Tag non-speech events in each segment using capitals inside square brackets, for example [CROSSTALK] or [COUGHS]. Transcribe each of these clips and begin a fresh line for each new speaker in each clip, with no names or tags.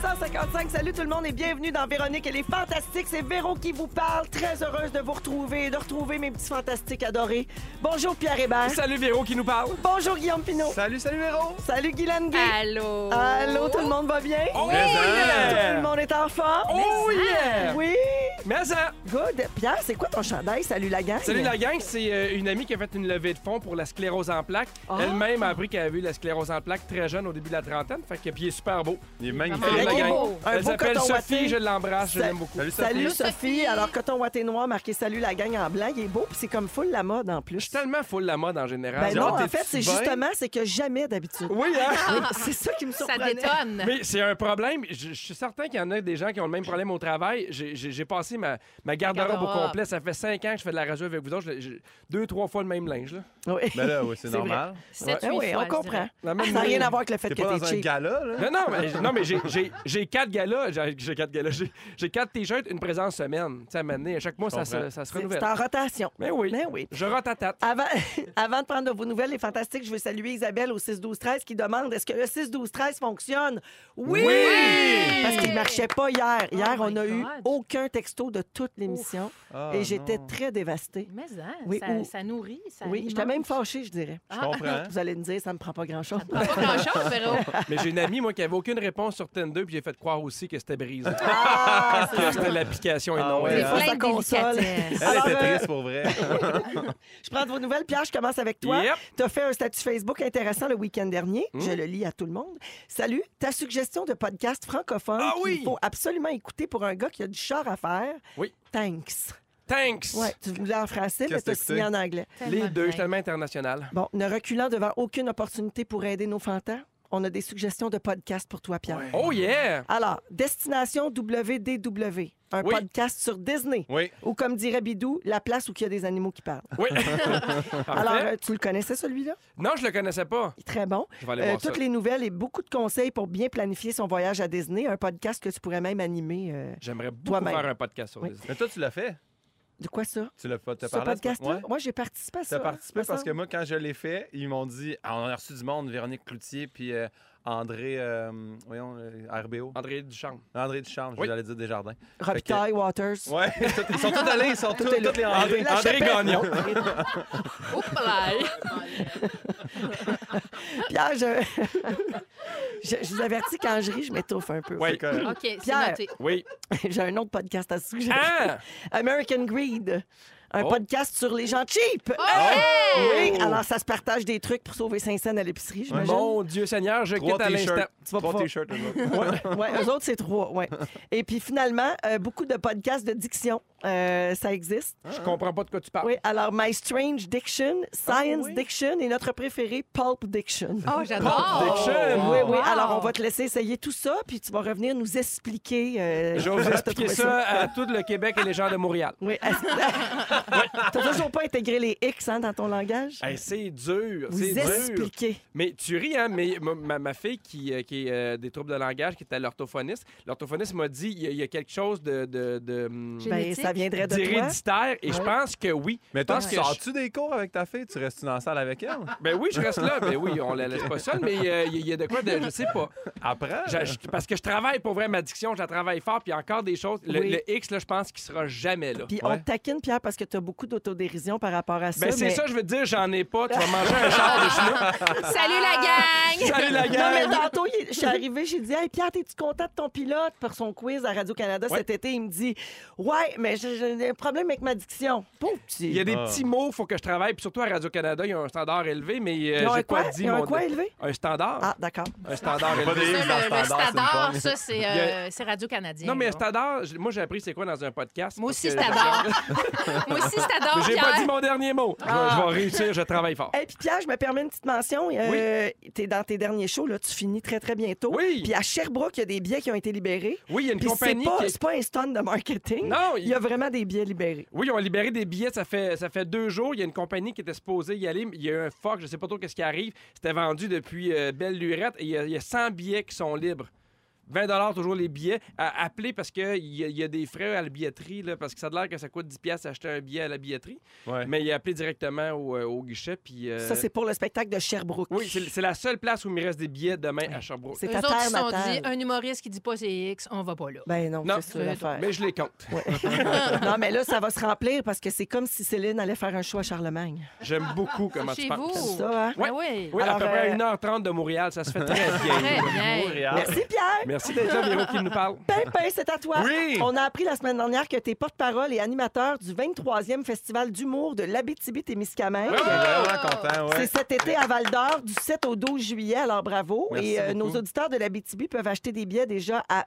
5. Salut tout le monde et bienvenue dans Véronique. Elle est fantastique. C'est Véro qui vous parle. Très heureuse de vous retrouver et de retrouver mes petits fantastiques adorés. Bonjour Pierre Hébert.
Salut Véro qui nous parle.
Bonjour Guillaume Pinot.
Salut, salut Véro.
Salut Guylaine Gay.
Allô?
Allô, tout le monde va bien?
Oh
Oui.
yeah!
Tout le monde est en forme?
Oh yeah!
Oui!
Mais ça,
Good! Pierre, c'est quoi ton chandail? Salut la gang!
salut la gang, c'est euh, une amie qui a fait une levée de fonds pour la sclérose en plaques.
Ah.
Elle-même a appris qu'elle avait eu la sclérose en plaques très jeune, au début de la trentaine. Fait que puis il est super beau.
Il est
Ah,
Salut
magnifique.
la
beau.
gang.
Un
Elle
beau
s'appelle
coton
Sophie,
ouaté.
je l'embrasse, je
Ça-
l'aime beaucoup.
Salut, Sophie.
Salut Sophie.
Sophie.
Alors, coton ouaté noir marqué Salut la gang en blanc, il est beau, puis c'est comme full la mode en
Je
plus.
suis tellement full la mode en général.
Ben non, en
t'es-tu
fait, c'est
bien?
justement, c'est que jamais d'habitude.
Oui, hein? [LAUGHS]
C'est ça qui me
Ah! Ça
surprenait.
détonne.
Mais c'est un problème. Je, je suis certain qu'il y en a des gens qui ont le même problème au travail. J'ai- J'ai j'ai passé ma, ma garde-robe au
Garde-robe.
complet. Ça fait cinq ans que je fais de la radio avec vous autres. Je- je- deux, trois fois le même linge. Là.
Oui.
Mais Ben
[LAUGHS]
là, oui, c'est
C'est
normal.
Sept,
Ah
huit
oui,
fois,
on
je
comprend.
dirais.
La même
Ah, Ça n'a rien
ligne.
à voir avec le fait
T'es
que
pas
t'es
dans un
cheap.
gala, là?
Non, non, mais, non, mais j'ai- j'ai j'ai quatre galas. J'ai j'ai quatre galas. J'ai- J'ai quatre t-shirts, une présence semaine. Tu sais, à un moment donné, à chaque mois, ça,
comprends.
se- ça se
C'est
renouvelle.
c'est en rotation.
Ben
Mais oui.
Mais oui.
Je ratatate.
Avant, [LAUGHS] avant de prendre de vos nouvelles, les fantastiques, je veux saluer Isabelle au 6-12-13 qui demande est-ce que le 6-12-13 fonctionne? Oui!
Oui!
Parce qu'il ne marchait pas hier. Hier,
Oh
on
my
n'a eu
God.
aucun texto de toute l'émission
Ah,
et j'étais
non.
très dévastée.
Mais hein,
Oui,
ça,
ou-
ça nourrit, ça
oui, j'étais
alimente.
même fâchée, je dirais.
Ah.
[LAUGHS]
Je comprends.
Vous allez me dire, ça me prend pas grand-chose.
Pas
[LAUGHS]
grand-chose, Véro.
Mais j'ai une amie, moi, qui avait aucune réponse sur Tinder, puis j'ai fait croire aussi que c'était
[LAUGHS]
brisé.
Ah, c'est
que
ça.
c'était l'application et
Ah
non. euh,
ouais,
elle.
C'est
hein?
Ça
plein de
console.
délicatesse.
Elle
Alors,
était
euh,
triste
[LAUGHS]
pour vrai.
Je prends de vos nouvelles. Pierre, je commence avec toi.
Yep.
Tu as fait un statut Facebook intéressant le week-end dernier.
Hmm.
Je le lis à tout le monde. Salut, ta suggestion de podcast francophone
Ah
qu'il
oui!
faut absolument écouter pour un gars qui a du char à faire.
Oui.
Thanks.
Thanks!
Ouais, tu voulais en français, mais
Qu'est-ce
tu as
que
signé
c'est?
en anglais.
Les deux, je suis
Tellement
tellement international.
Bon, ne reculant devant aucune opportunité pour aider nos fantans, on a des suggestions de podcasts pour toi, Pierre.
Oh yeah!
Alors, Destination WDW, un
Oui.
podcast sur Disney.
Oui.
Ou comme dirait Bidou, la place où il y a des animaux qui parlent. [LAUGHS]
Oui.
Alors,
Alors,
euh, tu le connaissais celui-là?
Non, je le connaissais pas.
Il est Très bon.
Je vais aller
Euh,
voir ça.
toutes les nouvelles et beaucoup de conseils pour bien planifier son voyage à Disney. Un podcast que tu pourrais même animer. euh,
J'aimerais beaucoup
Toi-même.
faire un podcast sur
Oui.
Disney.
Mais toi, tu l'as fait.
De quoi ça?
Tu l'as pas t'as
Ce
parlé à ce-
podcast-là?
Ouais.
Moi, j'ai participé à ça.
T'as participé
me
parce que
semble.
moi, quand je l'ai fait, ils m'ont dit ah, on a reçu du monde, Véronique Cloutier, puis euh, André, euh, voyons, euh, RBO.
André Duchamp.
André Duchamp, je
Oui.
vous allais dire Desjardins.
Robitaille, Waters.
Ouais, [LAUGHS] ils sont tous allés, ils sont tous,
est là.
tous les
André [LAUGHS]
André.
La
André
Chapelle.
Gagnon.
bon. Oups, là.
Pierre, je... [LAUGHS] je, je vous avertis, quand je ris, je m'étouffe un peu.
Ouais.
C'est correct.
OK, c'est
Pierre.
noté.
Oui.
[LAUGHS] j'ai un autre podcast à ce sujet.
Hein?
Ah!
American Greed. Un
Oh.
podcast sur les gens cheap.
hey!
Oh.
Oui, alors ça se partage des trucs pour sauver 5 cents à l'épicerie, j'imagine.
Mon Dieu Seigneur, je
Trois
quitte à l'instant.
t-shirts.
vas
Trois
pouvoir-
t-shirts. eux
[LAUGHS]
autres.
Ouais, eux autres, c'est trois, ouais. Et puis finalement, euh, beaucoup de podcasts de diction, Euh, ça existe.
Je comprends pas de quoi tu parles.
Oui, alors My Strange Diction, Science
Ah, oui. Ah.
Diction et notre préféré, Pulp Diction.
Oh, j'adore.
Diction.
Oui, oui.
Wow.
Alors, on va te laisser essayer tout ça, puis tu vas revenir nous expliquer. euh,
Je vais
comment
vous
t'as
expliquer
trouvé
ça à tout le Québec et les gens de
[LAUGHS]
Montréal.
Oui. T'as toujours pas intégré les X hein, dans ton langage?
Hey, c'est dur,
Vous
Euh, c'est dur.
expliquer.
Mais tu ris, hein, mais ma- ma, ma fille qui, euh, qui est euh, des troubles de langage, qui est à l'orthophoniste, l'orthophoniste m'a dit il y, a- il y a quelque chose de, de, de, hum,
J'ai-
Ben,
Génétique.
ça viendrait de toi.
d'héréditaire et je
Ouais.
pense que oui.
Mais
Je
toi,
Ah,
pense que je-
sors-tu des cours avec ta fille? Tu restes dans la salle avec elle?
Ben oui, je reste là. Ben oui, on la laisse pas seule, mais euh, il y, a- il y a de quoi de. Je sais pas.
Après?
Je- je- parce que je travaille pour vrai ma diction, je la travaille fort, puis il y a encore des choses. Le,
Oui.
le X, là, je pense qu'il sera jamais là.
Puis on
Ouais.
te taquine, Pierre, parce que tu as beaucoup d'autodérision par rapport à ça.
Ben, c'est
mais-
ça, je veux te dire, j'en ai pas. Tu
[LAUGHS]
vas manger un char de chinois.
[LAUGHS] Salut la gang!
Salut la
Non, mais
gang!
tantôt, il- je suis arrivée, j'ai dit Hey, Pierre, es-tu content de ton pilote pour son quiz à Radio-Canada
Ouais.
cet été? Il me dit Ouais, mais j'ai- j'ai un problème avec ma diction. Pauvre petit.
Il y a euh, des
Ah.
petits mots, faut que je travaille. Puis surtout à Radio-Canada, il y a un standard élevé, mais euh,
Ils ont un
j'ai
quoi?
pas dit
Ils ont un
mon.
quoi élevé?
Un standard.
Ah, d'accord.
Un standard
Pas
élevé.
des-
Ça, le, le
Standard, c'est une
Stadard,
pomme.
ça, c'est
Il y
euh,
a-
c'est Radio-Canadien.
Non, mais un
là.
standard, j- moi j'ai appris c'est quoi dans un podcast.
Moi
parce
aussi,
que-
Stadard. Moi aussi,
Mais
Stadard,
J'ai pas
Pierre.
dit mon dernier mot. Je vais- Je,
Ah.
vais réussir, je travaille fort.
Et puis Pierre, je me permets une petite mention. Euh, T'es dans tes derniers shows, là, tu finis très, très bientôt.
Oui.
Puis à Sherbrooke, il y a des billets qui ont été libérés.
Oui, il y a une
Puis c'est
compagnie
pas,
qui.
c'est pas un stun de marketing.
Non,
Il y a vraiment des billets libérés.
Oui, ils ont libéré des billets, ça fait, ça fait deux jours. Il y a une compagnie qui était supposée y aller. mais Il y a eu un fuck, je sais pas trop qu'est-ce qui arrive. C'était vendu depuis euh, Belle Lurette et il y, a, il y a 100 billets qui sont libres. 20 toujours les billets. À- appelez parce qu'il y, a- il y a des frais à la billetterie, là, parce que ça a l'air que ça coûte 10 pièces acheter un billet à la billetterie.
Ouais.
Mais appelez directement au, euh, au guichet. Puis, euh,
Ça, c'est pour le spectacle de Sherbrooke.
Oui, c'est c'est la seule place où il me reste des billets demain à Sherbrooke.
C'est
Eux
ta
autres, ils
terre
se sont dit,
natale.
un humoriste qui dit pas c'est X, on va pas là.
Ben non,
Non,
c'est ça l'affaire.
Mais je les compte.
Ouais. [LAUGHS] non, mais là, ça va se remplir parce que c'est comme si Céline allait faire un show à Charlemagne.
J'aime beaucoup comment
chez
tu
vous.
penses.
C'est ça, hein?
Ben oui.
Oui, à
Alors,
peu près
euh,
à 1h30 de Montréal, ça se
[LAUGHS]
fait très bien.
Très bien.
Montréal.
Merci, Pierre.
Merci d'être là, Véro, qui nous parle.
[LAUGHS]
Pimpin, c'est à toi.
Oui.
On a appris la semaine dernière que tu es porte-parole et animateur du 23e Festival d'humour de l'Abitibi-Témiscamingue.
Ah Ouais, je suis vraiment content, ouais.
C'est cet été à Val d'Or, du 7 au 12 juillet. Alors bravo.
Merci
Et euh, nos
beaucoup.
auditeurs de la BTB peuvent acheter des billets déjà à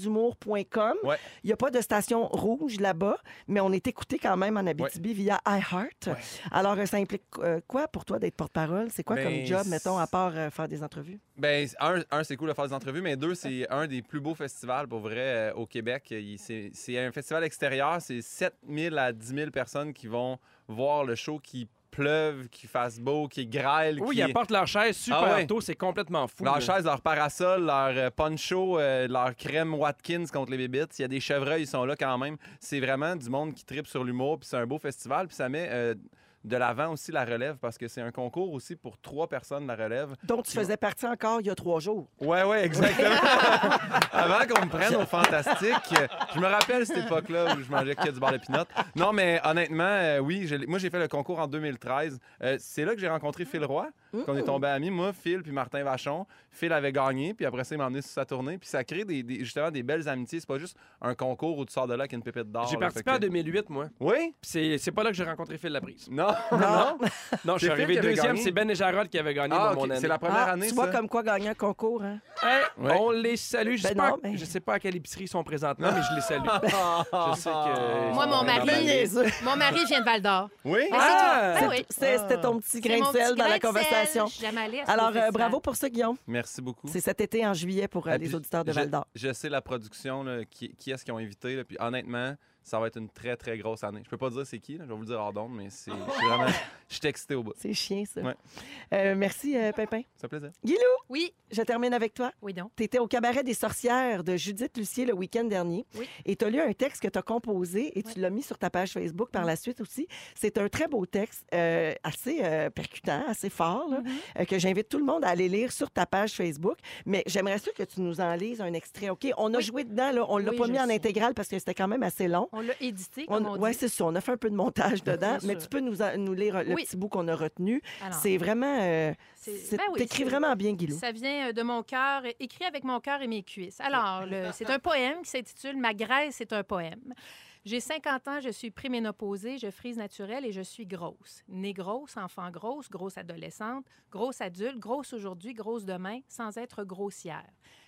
festivaldumour.com.
Ouais.
Il n'y a pas de station rouge là-bas, mais on est écouté quand même en Abitibi via iHeart. Alors euh, ça implique euh, quoi pour toi d'être porte-parole? C'est quoi
Ben,
comme job,
c'est-
mettons, à part euh, faire des entrevues?
Ben, un, un, c'est cool de faire des entrevues, mais deux, c'est un des plus beaux festivals pour vrai euh, au Québec. Il- C'est c'est un festival extérieur, c'est 7 000 à 10 000 personnes qui vont voir le show, qui pleuve, qui fasse beau, qui grêle.
Oui,
qui...
ils apportent leur chaise super
Ah ouais.
tôt, c'est complètement fou.
Leur
là.
chaise, leur parasol, leur euh, poncho, euh, leur crème Watkins contre les bébites. Il y a des chevreuils, ils sont là quand même. C'est vraiment du monde qui tripe sur l'humour, puis c'est un beau festival, puis ça met euh, de l'avant aussi la relève, parce que c'est un concours aussi pour trois personnes de la relève.
Donc tu faisais partie encore il y a trois jours.
Ouais, ouais, exactement. [LAUGHS] Avant qu'on me prenne au fantastique, euh, je me rappelle cette époque-là où je mangeais que du bar de pinot. Non, mais honnêtement, euh, oui, je l'ai- moi j'ai fait le concours en 2013. Euh, c'est là que j'ai rencontré Phil Roy, qu'on
Mmh.
est tombé amis. Moi, Phil puis Martin Vachon. Phil avait gagné, puis après ça, il m'a emmené sur sa tournée. Puis ça crée des, des- justement des belles amitiés. C'est pas juste un concours où tu sors de là avec une pépite d'or.
J'ai
là,
participé
Ah, ben,
en
fait que-
2008, moi.
Oui?
Puis C'est c'est pas là que j'ai rencontré Phil Laprise. [LAUGHS]
Non? Ah,
Ah,
Non?
Non, je suis
C'est Phil
arrivé
qui avait
deuxième,
gagné?
c'est Ben et Jarod qui avaient gagné
Ah,
dans
ok,
mon année.
C'est la première
Ah,
année,
tu vois
ça? [LAUGHS]
comme quoi gagner un concours, hein?
Hey,
Ouais.
On les salue. Je,
Ben
sais
non,
pas,
mais-
je sais pas à quelle épicerie ils sont présentement, mais je les
[LAUGHS]
salue. Je sais que...
Moi, mon mari, mon mari vient de Val d'Or.
Oui?
Mais
Ah!
c'est tout. Ben oui. Ah.
C'est- C'était ton petit grain
mon
de sel
petit
dans la
grain de sel.
conversation.
Je suis jamais allée à ce
Alors, euh,
festival.
bravo pour ça, Guillaume.
Merci beaucoup.
C'est cet été en juillet pour euh,
Mmh. Ah,
les
puis
auditeurs de
je-
Val d'Or.
Je sais la production, là, qui, qui est-ce qu'ils ont invité. là, puis honnêtement, ça va être une très, très grosse année. Je peux pas dire c'est qui, là, je vais vous le dire hors d'onde, mais c'est je suis vraiment. Je suis excité au bout.
C'est chien, ça.
Ouais.
Euh, merci, euh, Pimpin.
Ça plaisir.
Guilou,
Oui,
je termine avec toi.
oui donc.
Tu étais au Cabaret des sorcières de Judith Lucier le week-end dernier
Oui.
et tu as lu un texte que tu as composé et tu l'as mis sur ta page Facebook
Mm-hmm.
par la suite aussi. C'est un très beau texte, euh, assez euh, percutant, assez fort, là,
Mm-hmm.
euh, que j'invite tout le monde à aller lire sur ta page Facebook. Mais j'aimerais ça que tu nous en lises un extrait. OK, on a
Oui.
joué dedans, là. on l'a
Oui,
pas
je
mis en
sais.
intégrale parce que c'était quand même assez long.
On l'a édité,
On-
comme on,
ouais,
dit.
c'est ça. On a fait un peu de
[LAUGHS]
montage dedans,
Bien
mais
sûr.
tu peux nous, en- nous lire euh, le
Oui. Ah.
petit bout qu'on a retenu.
Alors,
C'est vraiment. euh, c'est-
ben oui,
T'écris
c'est-
vraiment bien, Guilou.
Ça vient euh, de mon cœur, euh, écrit avec mon cœur et mes cuisses. Alors, le- c'est un poème qui s'intitule Ma Grèce est un poème. J'ai 50 ans, je suis préménopausée, je frise naturelle et je suis grosse. Née grosse, enfant grosse, grosse adolescente, grosse adulte, grosse aujourd'hui, grosse demain, sans être grossière.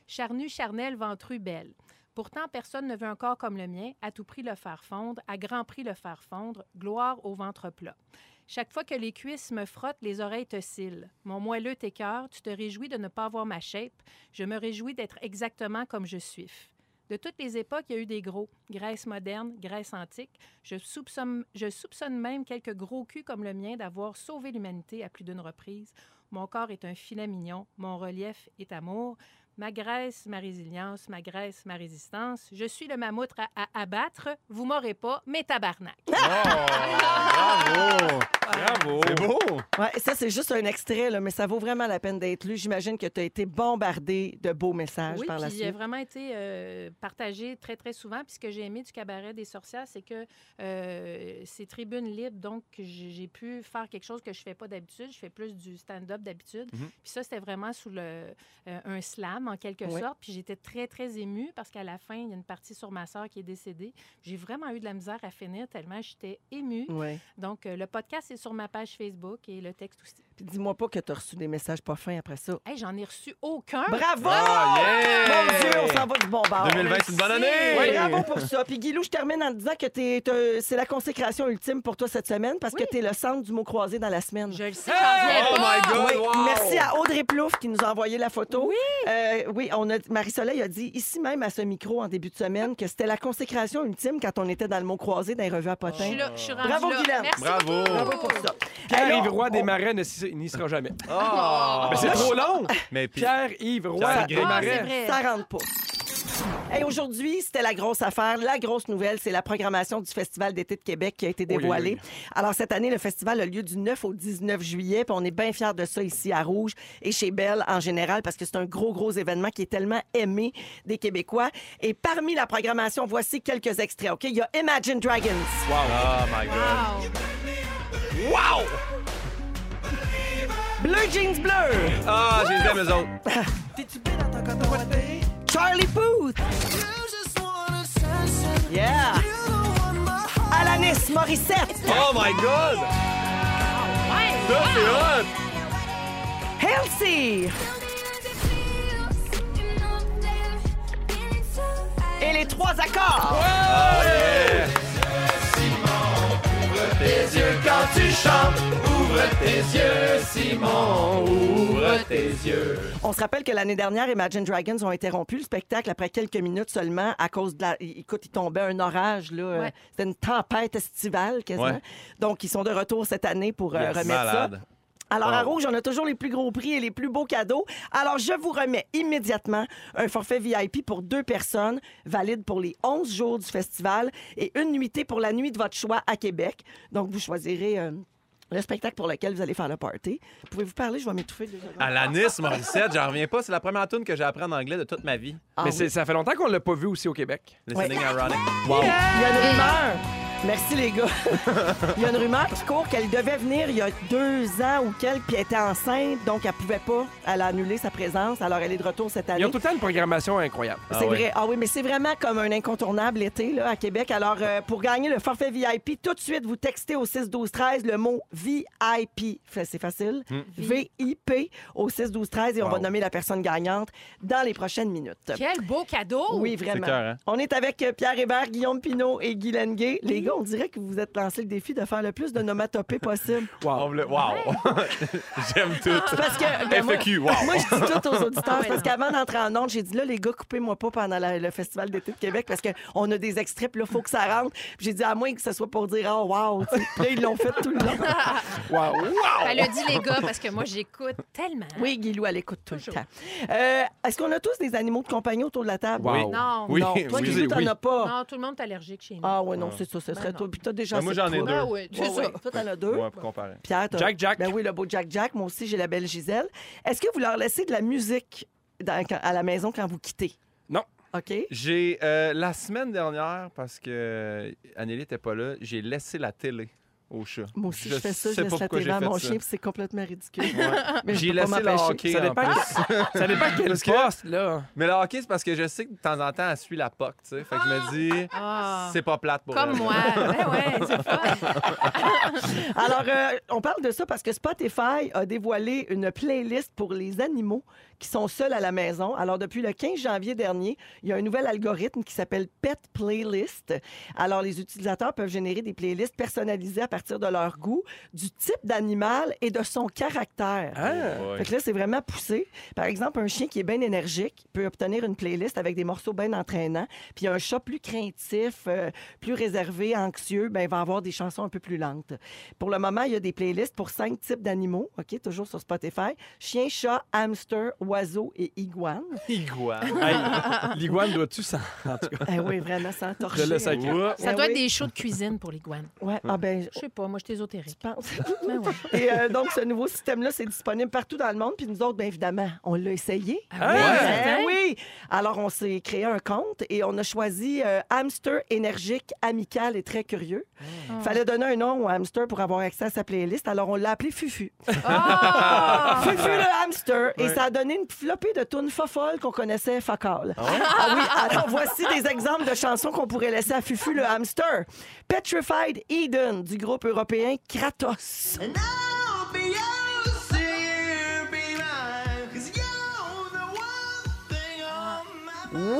Charnue, charnelle, ventrue, belle. Pourtant, personne ne veut un corps comme le mien, à tout prix le faire fondre, à grand prix le faire fondre, gloire au ventre plat. Chaque fois que les cuisses me frottent, les oreilles te cillent. Mon moelleux t'écœure, tu te réjouis de ne pas avoir ma shape. Je me réjouis d'être exactement comme je suis. De toutes les époques, il y a eu des gros. Grèce moderne, Grèce antique. Je soupçonne, je soupçonne même quelques gros culs comme le mien d'avoir sauvé l'humanité à plus d'une reprise. Mon corps est un filet mignon. Mon relief est amour. Ma Grèce, ma résilience, ma Grèce, ma résistance. Je suis le mammouth à, à abattre. Vous m'aurez pas, mais tabarnak.
Oh, bravo!
Bravo!
C'est beau!
Ouais, ça, c'est juste un extrait, là, mais ça vaut vraiment la peine d'être lu. J'imagine que tu as été bombardé de beaux messages
Oui,
par la
puis il a
suite.
vraiment été euh, partagé très, très souvent. Puis ce que j'ai aimé du cabaret des sorcières, c'est que euh, c'est tribune libre, donc j'ai j'ai pu faire quelque chose que je fais pas d'habitude. Je fais plus du stand-up d'habitude.
Mhm.
Puis ça, c'était vraiment sous le, euh, un slam, en quelque
Oui.
sorte. Puis j'étais très, très émue parce qu'à la fin, il y a une partie sur ma sœur qui est décédée. J'ai vraiment eu de la misère à finir tellement j'étais émue.
Ouais.
Donc, euh, le podcast est sur ma page Facebook et le texte aussi.
Puis dis-moi pas que tu as reçu des messages pas fins après ça.
Hey, j'en ai reçu aucun.
Bravo!
Ah, yeah!
Mon Dieu, on s'en va du bon bord.
2020, c'est une bonne année!
Ouais, Bravo pour ça. Puis Guilou, je termine en te disant que t'es- t'es- c'est la consécration ultime pour toi cette semaine parce que
Oui.
tu es le centre du mot croisé dans la semaine.
Je le sais, j'en reviens
Oh
pas.
my God!
Ah Oui,
wow!
Merci à Audrey Plouf qui nous a envoyé la photo. Oui, oui on a, Marie-Soleil a dit ici même à ce micro en début de semaine que c'était la consécration ultime quand on était dans le mot croisé dans les revues à
Je
Potin.
suis là, je suis rendue
Bravo,
là.
Guylaine.
Merci
Bravo.
beaucoup.
Bravo pour ça.
Pierre-Yves
Alors,
Roy des
on-
Marais ne s'y- n'y sera jamais.
oh, Ah!
Mais c'est trop long!
Mais puis-
Pierre-Yves Roy
Pierre
des
Grégoire.
Ah, c'est
Marais.
vrai.
Ça rentre pas. Et aujourd'hui, c'était la grosse affaire. La grosse nouvelle, c'est la programmation du Festival d'été de Québec qui a été
Oui, oui,
dévoilée.
oui.
Alors, cette année, le festival a lieu du 9 au 19 juillet. Puis on est bien fiers de ça ici à Rouge et chez Belle en général parce que c'est un gros, gros événement qui est tellement aimé des Québécois. Et parmi la programmation, voici quelques extraits. OK? Il y a Imagine Dragons.
Wow. Oh my God.
Wow.
Bleu Jeans Bleu.
Ah, j'ai les aime, eux autres.
Charlie Puth. Yeah. Alanis Morissette.
Oh my God! Ça, c'est hot!
Healthy. Et les trois accords.
Oh yeah! Ouvre tes yeux quand tu chantes. Ouvre tes yeux, Simon. Ouvre tes yeux.
On se rappelle que l'année dernière, Imagine Dragons ont interrompu le spectacle après quelques minutes seulement à cause de la. Écoute, il tombait un orage, là. euh,
Ouais.
C'était une tempête estivale, quasiment.
Ouais.
Donc, ils sont de retour cette année pour euh,
Yes.
remettre ça.
Malade.
Alors, à
Wow.
Rouge, on a toujours les plus gros prix et les plus beaux cadeaux. Alors, je vous remets immédiatement un forfait VIP pour deux personnes, valide pour les 11 jours du festival et une nuitée pour la nuit de votre choix à Québec. Donc, vous choisirez euh, le spectacle pour lequel vous allez faire le party. Pouvez-vous parler? Je vais m'étouffer. deux secondes.
Alanis Morissette, j'en reviens pas. C'est la première tune que j'ai appris en anglais de toute ma vie.
Ah
Mais
oui.
c'est- ça fait longtemps qu'on l'a pas vu aussi au Québec.
Listening ironic. Wow.
Il y a une rumeur. Merci les gars. [LAUGHS] il y a une rumeur qui court qu'elle devait venir il y a deux ans ou quelques, puis elle était enceinte, donc elle pouvait pas. Elle a annulé sa présence, alors elle est de retour cette
Ils
année.
ont tout le temps une programmation incroyable.
C'est
Ah oui.
vrai. Ah oui, mais c'est vraiment comme un incontournable l'été là, à Québec. Alors, euh, pour gagner le forfait VIP, tout de suite, vous textez au 6-12-13 le mot VIP. Fait- C'est facile. VIP au 6-12-13 et on
Hmm. Wow.
va nommer la personne gagnante dans les prochaines minutes.
Quel beau cadeau!
Oui, vraiment.
C'est cœur, hein?
On est avec euh, Pierre Hébert, Guillaume Pinault et Guy Lenguet. Les gars, on dirait que vous vous êtes lancé le défi de faire le plus de nomatopées possible.
On voulait- [LAUGHS] Wow. J'aime tout.
Parce que. ben, moi-
FAQ, wow.
Moi, je dis tout aux auditeurs.
Ah ouais,
parce
non.
qu'avant d'entrer en onde, j'ai dit là, les gars, coupez-moi pas pendant la- le Festival d'été de Québec parce qu'on a des extraits, puis là, faut que ça rentre. Puis J'ai dit à moins que ce soit pour dire oh, wow. tu sais. Puis là, ils l'ont fait tout le long.
Wow.
Elle le dit, les gars, parce que moi, j'écoute tellement.
[LAUGHS] Oui, Guilou, elle écoute tout
Toujours.
le temps. Euh, Est-ce qu'on a tous des animaux de compagnie autour de la table?
Wow.
Non,
Oui,
Non,
oui,
toi, Guilou,
oui.
t'en as pas.
Non, tout le monde est allergique chez nous.
Ah, ouais, non, c'est ça, ce serait
non.
toi. Puis t'as déjà
Ben, moi,
assez de
j'en ai
toi.
deux.
Ah oui, c'est
Ouais,
ça.
ouais. Toi, t'en as deux.
Ouais, pour comparer.
Pierre, t'as-
Jack, Jack.
Ben
[LAUGHS]
oui, le beau Jack Jack. Moi aussi, j'ai la belle Gisèle. Est-ce que vous leur laissez de la musique dans- quand- à la maison quand vous quittez?
Non.
OK.
J'ai, euh, la semaine dernière, parce que euh, Anneli était pas là, j'ai laissé la télé au chat.
Moi aussi, je, fais ça.
sais
Je
pas
laisse la
pourquoi
télé
j'ai
à
fait
mon
ça.
chien, puis c'est complètement ridicule. Mais je
J'ai
peux pas
laissé le
m'empêcher.
hockey.
Ça
en
dépend,
plus.
ça dépend quel
Parce que-
poste, là.
[LAUGHS] Mais le hockey, c'est parce que je sais que de temps en temps, elle suit la POC, tu sais. Fait que je me dis,
Ah.
c'est pas plate pour
Comme
elle.
moi.
[LAUGHS]
Ben ouais, c'est le fun.
Alors, euh, on parle de ça parce que Spotify a dévoilé une playlist pour les animaux qui sont seuls à la maison. Alors, depuis le 15 janvier dernier, il y a un nouvel algorithme qui s'appelle Pet Playlist. Alors, les utilisateurs peuvent générer des playlists personnalisées à partir de leur goût, du type d'animal et de son caractère.
Ah.
Ouais.
Fait que là, c'est vraiment poussé. Par exemple, un chien qui est bien énergique peut obtenir une playlist avec des morceaux bien entraînants. Puis un chat plus craintif, euh, plus réservé, anxieux, ben, va avoir des chansons un peu plus lentes. Pour le moment, il y a des playlists pour cinq types d'animaux, OK, toujours sur Spotify. Chien, chat, hamster, oiseau et
[LAUGHS]
iguane.
Iguane.
Hey, L'iguane doit-tu s'en. En tout cas,
Eh oui, vraiment, sans
je
torcher.
le sais.
Ça
Eh
doit
oui.
être des shows de cuisine pour l'iguane.
Ouais, ah ben,
Je sais pas, moi, je suis
je
ésotérique.
pense.
Ben ouais.
Et euh, donc, ce nouveau système-là, c'est disponible partout dans le monde. Puis nous autres, bien évidemment, on l'a essayé.
Ah oui,
Ouais.
certain.
Eh oui. Alors, on s'est créé un compte et on a choisi euh, hamster énergique, amical et très curieux. Fallait donner un nom au hamster pour avoir accès à sa playlist. Alors, on l'a appelé Fufu.
Ah!
Fufu le hamster. Et ça a donné une flopée de tunes fofolles qu'on connaissait focal. Ah oui, alors voici des exemples de chansons qu'on pourrait laisser à Fufu le hamster. Petrified Eden du groupe européen Kratos.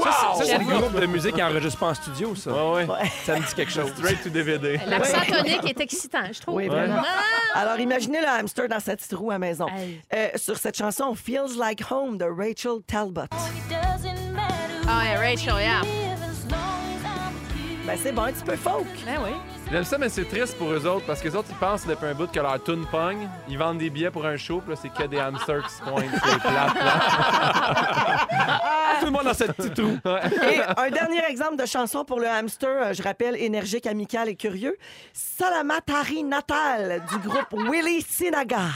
Ça, c'est le
J'avoue.
groupe de musique qui enregistre pas en studio, ça.
Ah Ouais, ouais.
Ça me dit quelque chose.
Straight to DVD.
L'accent tonique est excitant, je trouve. Ah!
Oui, vraiment. Alors, imaginez le hamster dans sa petite roue à maison.
Hey.
Euh, sur cette chanson, Feels Like Home de Rachel Talbot.
Ah ouais, Rachel, yeah.
Ben, c'est bon, un petit peu folk.
Ben oui.
J'aime ça, mais c'est triste pour eux autres parce que les autres, ils pensent depuis un bout que leur tune pogne. Ils
[LAUGHS]
vendent des billets pour un show, puis là, c'est que des hamsters qui se pointent. C'est plate, plate. tout le monde dans ce petit trou. [LAUGHS]
Et un dernier exemple de chanson pour le hamster, euh, je rappelle, énergique, amical et curieux. Salamatari Natal du groupe Willy Sinaga.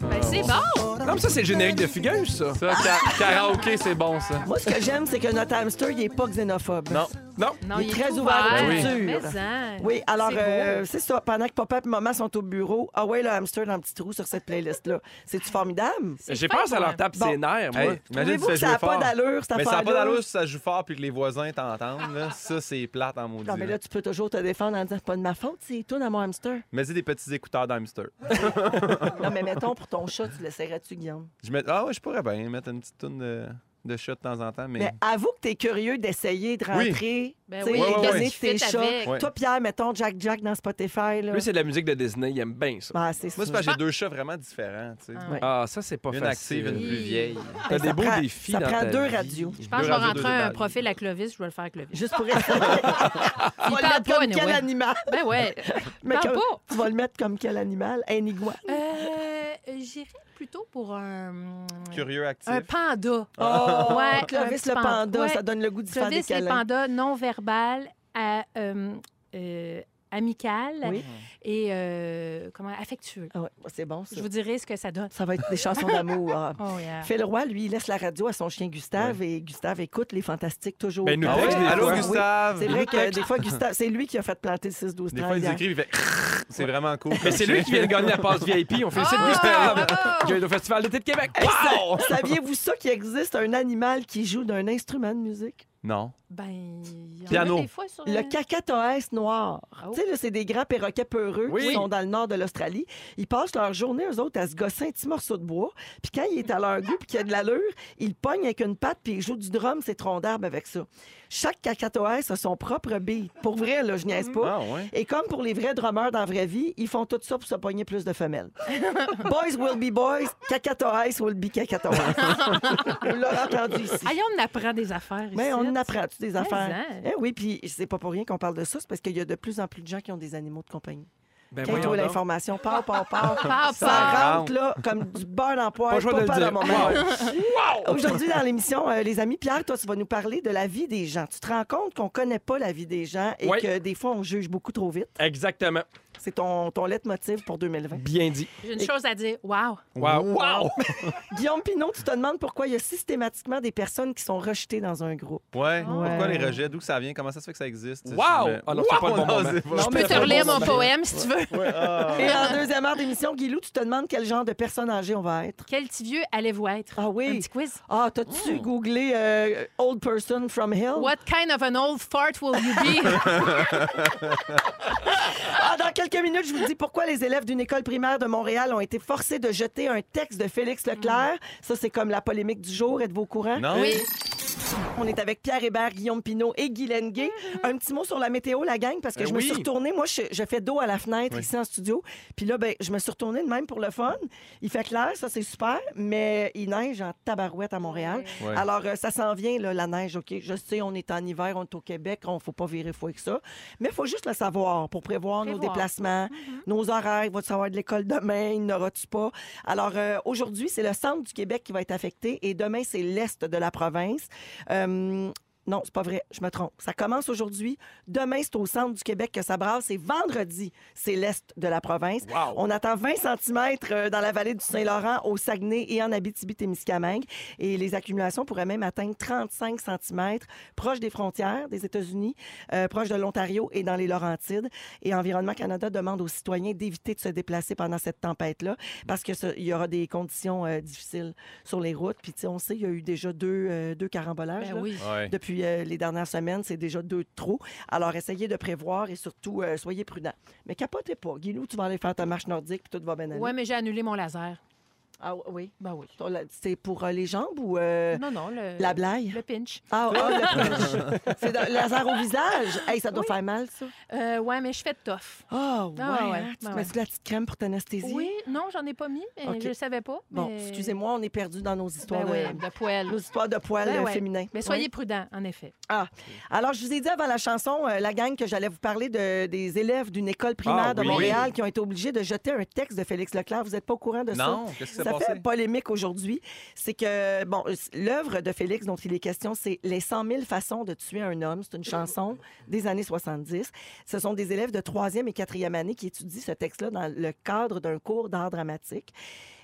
Ben, c'est bon!
Non, mais ça, c'est le générique de Fugueuse, ça.
Ça, ka- karaoké, c'est bon, ça.
Moi, ce que j'aime, c'est que notre hamster, il n'est pas xénophobe.
Non.
Non.
Non,
Il est très ouvert aux
oui.
cultures. Oui, alors, euh, c'est ça. Pendant que papa et maman sont au bureau, ah ouais, le hamster dans le petit trou sur cette playlist-là. C'est-tu formidable?
J'ai peur, ça leur tape
Bon.
ses nerfs, moi.
Hey, imagine
Trouvez-vous
si
que ça
ça
n'a
joue
pas
fort.
d'allure, cette
Mais ça n'a pas
affaire-là?
d'allure si ça joue fort puis que les voisins
[LAUGHS]
t'entendent. là. Ça, c'est plate en maudit.
Non, mais là, tu peux toujours te défendre en disant c'est pas de ma faute, c'est tout à mon hamster.
Mais c'est des petits écouteurs d'hamster.
Non, mais mettons, pour ton chat, tu l'essaierais-tu, Guillaume?
Je mets... Ah ouais, je pourrais bien mettre une petite toune de, de chat de temps en temps, mais...
Mais avoue que t'es curieux d'essayer, de
Oui.
rentrer,
Ben
tu sais,
oui,
Ouais, ouais,
donner
ouais.
de tes
Tu fais
chats.
avec.
Ouais.
Toi, Pierre, mettons Jack Jack dans Spotify. Là.
Lui, c'est de la musique de Disney, il aime bien ça.
Ah, c'est
Moi, c'est
sûr.
parce que j'ai deux chats vraiment différents, tu sais.
Ah.
Ouais.
Ah, ça, c'est pas
Une
facile.
active, une plus
Oui.
vieille.
T'as
Ben,
des
ça
beaux
prend-
défis
Ça
dans
prend
ta
deux
vie.
radios.
Je pense que
Deux
je vais
radios,
rentrer
deux
un
dalles.
profil à Clovis, je vais le faire à Clovis.
Juste pour essayer. tu vas le
parle
mettre
pas,
comme quel
anyway.
animal?
Ben ouais.
Mais
Parle
comme-
pas.
Tu vas le mettre comme quel animal? Un iguane.
Euh, J'irais plutôt pour un. euh,
Curieux, actif.
Un panda.
Oh,
Ouais, un
Clovis
petit
le panda,
pan-
ça
ouais.
donne le goût du faire des
Clovis, les
câlins.
pandas non verbal, à, euh, euh, amical
Oui.
et euh, comment, affectueux.
Ah ouais, c'est bon, ça.
Je vous dirai ce que ça donne.
Ça va être des chansons d'amour. ah.
Oh, yeah.
Phil Roy, lui, il laisse la radio à son chien Gustave et Gustave écoute les fantastiques toujours.
Ben, il nous
Ah ouais?
texte des
Allô,
fois.
Gustave!
C'est vrai que des fois, Gustave, c'est lui qui a fait planter le 6 12
Des fois, il nous écrit, il fait... [LAUGHS] C'est vraiment cool.
[LAUGHS] Mais c'est lui qui vient de gagner la passe VIP. On félicite
Ah,
Gustave.
bravo!
qui est au Festival d'été de Québec.
[LAUGHS] Saviez-vous ça qu'il existe un animal qui joue d'un instrument de musique?
Non.
Ben, il y en a
Piano.
des fois sur
Le cacatoès noir.
Oh.
Tu sais, là, c'est des grands perroquets peureux
Oui.
qui sont dans le nord de l'Australie. Ils passent leur journée, eux autres, à se gosser un petit morceau de bois. Puis quand il est à leur goût puis qu'il y a de l'allure, ils pognent avec une patte puis ils jouent du drum, ces troncs d'arbre avec ça. Chaque cacatoès a son propre beat. Pour vrai, là, je niaise pas.
Ah ouais.
Et comme pour les vrais drummers dans la vraie vie, ils font tout ça pour se pogner plus de femelles. boys will be boys, cacatoès will be cacatoès. Vous l'aurez entendu ici.
Aïe, on apprend des affaires
Mais
ici.
on apprend-tu des affaires?
hein.
Eh oui, puis c'est pas pour rien qu'on parle de ça, c'est parce qu'il y a de plus en plus de gens qui ont des animaux de compagnie.
Ben,
Quand ils
voyons
trouvent
donc.
l'information, pow, pow, [LAUGHS] pow,
Ah, Pas,
ça
pas.
rentre là comme du beurre dans le poêle,
Pas le choix
pas
de le
peur
dire.
d'un moment. Aujourd'hui, dans l'émission, euh, les amis, Pierre, toi, tu vas nous parler de la vie des gens. Tu te rends compte qu'on connaît pas la vie des gens et
Ouais.
que des fois, on juge beaucoup trop vite.
Exactement.
C'est ton, ton leitmotiv pour 2020.
Bien dit.
J'ai une chose à dire. Wow!
Wow.
Wow!
Guillaume Pinot, tu te demandes pourquoi il y a systématiquement des personnes qui sont rejetées dans un groupe.
Ouais. Pourquoi
Ouais.
les rejets? D'où ça vient? Comment ça se fait que ça existe?
Wow!
Je me-
Ah non, c'est pas le bon
Non,
moment.
c'est pas-
Non,
Tu
mais
peux te
c'est un
relire
bon
mon
moment.
poème si tu veux.
Ouais, ah.
Et en deuxième heure d'émission, Guilou, tu te demandes quel genre de personne âgée on va être.
Quel petit vieux allez-vous être?
Ah
Un
oui.
petit quiz.
Ah, t'as-tu googlé euh, Old Person from Hill?
What kind of an old fart will you
[LAUGHS]
be?
Ah, dans quelques minutes, je vous dis pourquoi les élèves d'une école primaire de Montréal ont été forcés de jeter un texte de Félix Leclerc. Ça, c'est comme la polémique du jour. Êtes-vous au courant?
Non?
oui.
On est avec Pierre Hébert, Guillaume Pinault et Guy Lenguet. Un petit mot sur la météo, la gang, parce que
Eh
je me
oui.
suis retournée. Moi, je, je fais dos à la fenêtre
Oui.
ici en studio. Puis là, ben, je me suis retournée de même pour le fun. Il fait clair, ça, c'est super, mais il neige en tabarouette à Montréal.
Ouais.
Alors, euh, ça s'en vient, là, la neige, OK? Je sais, on est en hiver, on est au Québec, on faut pas virer fou avec ça. Mais il faut juste le savoir pour prévoir, nos
Prévoir.
déplacements, nos horaires. Il va-tu savoir de l'école demain? Il n'aura-tu pas? Alors, euh, aujourd'hui, c'est le centre du Québec qui va être affecté et demain, c'est l'est de la province. Euh, non, c'est pas vrai, je me trompe. Ça commence aujourd'hui. Demain, c'est au centre du Québec que ça brasse. Et vendredi, c'est l'est de la province.
Wow.
On attend 20 cm dans la vallée du Saint-Laurent, au Saguenay et en Abitibi-Témiscamingue. Et les accumulations pourraient même atteindre 35 cm proche des frontières des États-Unis, euh, proche de l'Ontario et dans les Laurentides. Et Environnement Canada demande aux citoyens d'éviter de se déplacer pendant cette tempête-là parce qu'il y aura des conditions euh, difficiles sur les routes. Puis, tu sais, on sait, il y a eu déjà deux, euh, deux carambolages.
Ben
là.
oui.
Ouais.
Depuis euh, les dernières semaines, c'est déjà deux de trop. Alors, essayez de prévoir et surtout, euh, soyez prudents. Mais capotez pas. Guilou, tu vas aller faire ta marche nordique puis tout va bien aller.
Ouais, mais j'ai annulé mon laser.
Ah oui.
Ben oui.
Ton la- C'est pour euh, les jambes ou euh,
Non, non, le,
la blague?
le pinch.
Ah, ah, le punch. C'est de- laser au visage. Hey, ça doit faire mal, ça.
Euh, ouais, mais je fais de tough.
Ah, ouais.
Ah, ouais.
Tu te
Ah,
mets
ouais.
de la petite crème pour t'anesthésier?
Oui, non, j'en ai pas mis, mais
OK.
je le savais pas.
Bon,
mais-
excusez-moi, on est perdu dans nos histoires
Ben
de...
ouais, de poêl.
[LAUGHS] Nos histoires de poils
Ben
euh,
ouais.
féminins.
Mais soyez prudents, en effet.
Ah. Alors, je vous ai dit avant la chanson, euh, la gang, que j'allais vous parler de- des élèves d'une école primaire
Ah,
de
oui.
Montréal qui ont été obligés de jeter un texte de Félix Leclerc. Vous n'êtes pas au courant de ça?
Non? Qu'est-ce que
Ça
c'est
ça
passé.
fait polémique aujourd'hui, c'est que, bon, l'œuvre de Félix dont il est question, c'est Les 100 000 façons de tuer un homme. C'est une chanson des années 70. Ce sont des élèves de troisième et quatrième année qui étudient ce texte-là dans le cadre d'un cours d'art dramatique.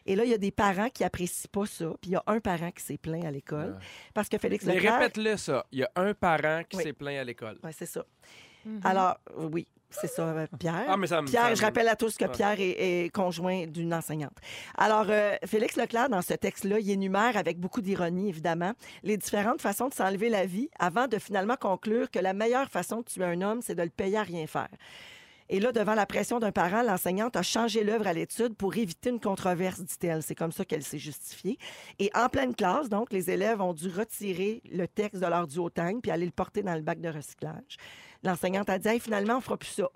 Et là, il y a des parents qui apprécient pas ça, puis il y a un parent qui s'est plaint à l'école parce que Félix
Mais
Leclerc...
répète-le, ça. Il y a un parent qui
Oui.
s'est plaint à l'école.
Ouais, c'est ça.
Mhm. Ah.
Alors, oui, c'est ça, euh, Pierre.
Ah, mais ça me- ça
Pierre,
me-
je rappelle à tous que
Ouais.
Pierre est, est conjoint d'une enseignante. Alors, euh, Félix Leclerc, dans ce texte-là, il énumère avec beaucoup d'ironie, évidemment, les différentes façons de s'enlever la vie avant de finalement conclure que la meilleure façon de tuer un homme, c'est de le payer à rien faire. Et là, devant la pression d'un parent, l'enseignante a changé l'œuvre à l'étude pour éviter une controverse, dit-elle. C'est comme ça qu'elle s'est justifiée. Et en pleine classe, donc, les élèves ont dû retirer le texte de leur duotagne puis aller le porter dans le bac de recyclage. L'enseignante a dit Hey, finalement, on fera plus ça.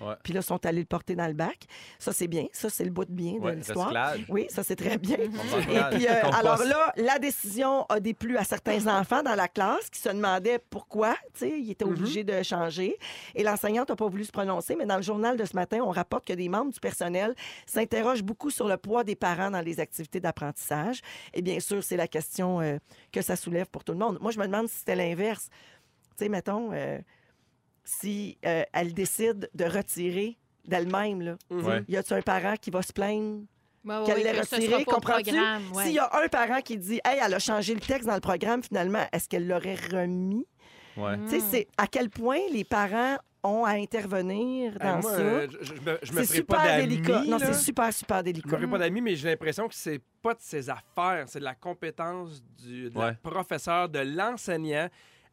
Ouais.
Puis là, ils sont allés le porter dans le bac. Ça, c'est bien. Ça, c'est le bout de bien
Ouais,
de l'histoire.
recyclage.
Oui, ça, c'est très bien.
On
Et
s'encourage.
puis, euh,
On
alors
passe.
là, la décision a déplu à certains enfants dans la classe qui se demandaient pourquoi, tu sais, ils étaient obligés de changer. Et l'enseignante n'a pas voulu se prononcer, mais dans le journal de ce matin, on rapporte que des membres du personnel s'interrogent beaucoup sur le poids des parents dans les activités d'apprentissage. Et bien sûr, c'est la question euh, que ça soulève pour tout le monde. Moi, je me demande si c'était l'inverse. Tu sais, mettons, euh, si euh, elle décide de retirer d'elle-même, là,
Mhm.
Ouais.
y a-tu un parent qui va se plaindre
Ouais, ouais,
qu'elle
ouais,
l'ait
Ben que ce sera
retirée,
pas au
comprends-tu?
programme, ouais.
S'il y a un parent qui dit Hey, elle a changé le texte dans le programme, finalement, est-ce qu'elle l'aurait remis?
Ouais.
Mm.
Tu sais, c'est à quel point les parents ont à intervenir
Hey,
dans
moi,
ça.
euh, je, je me, je me
c'est
ferai pas
super
d'amis.
délicat. Non,
là.
c'est Mhm. super, super
Je me
délicat.
ferai pas d'amis, mais j'ai l'impression que c'est pas de ses affaires, c'est de la compétence du de la
Ouais.
professeur, de l'enseignant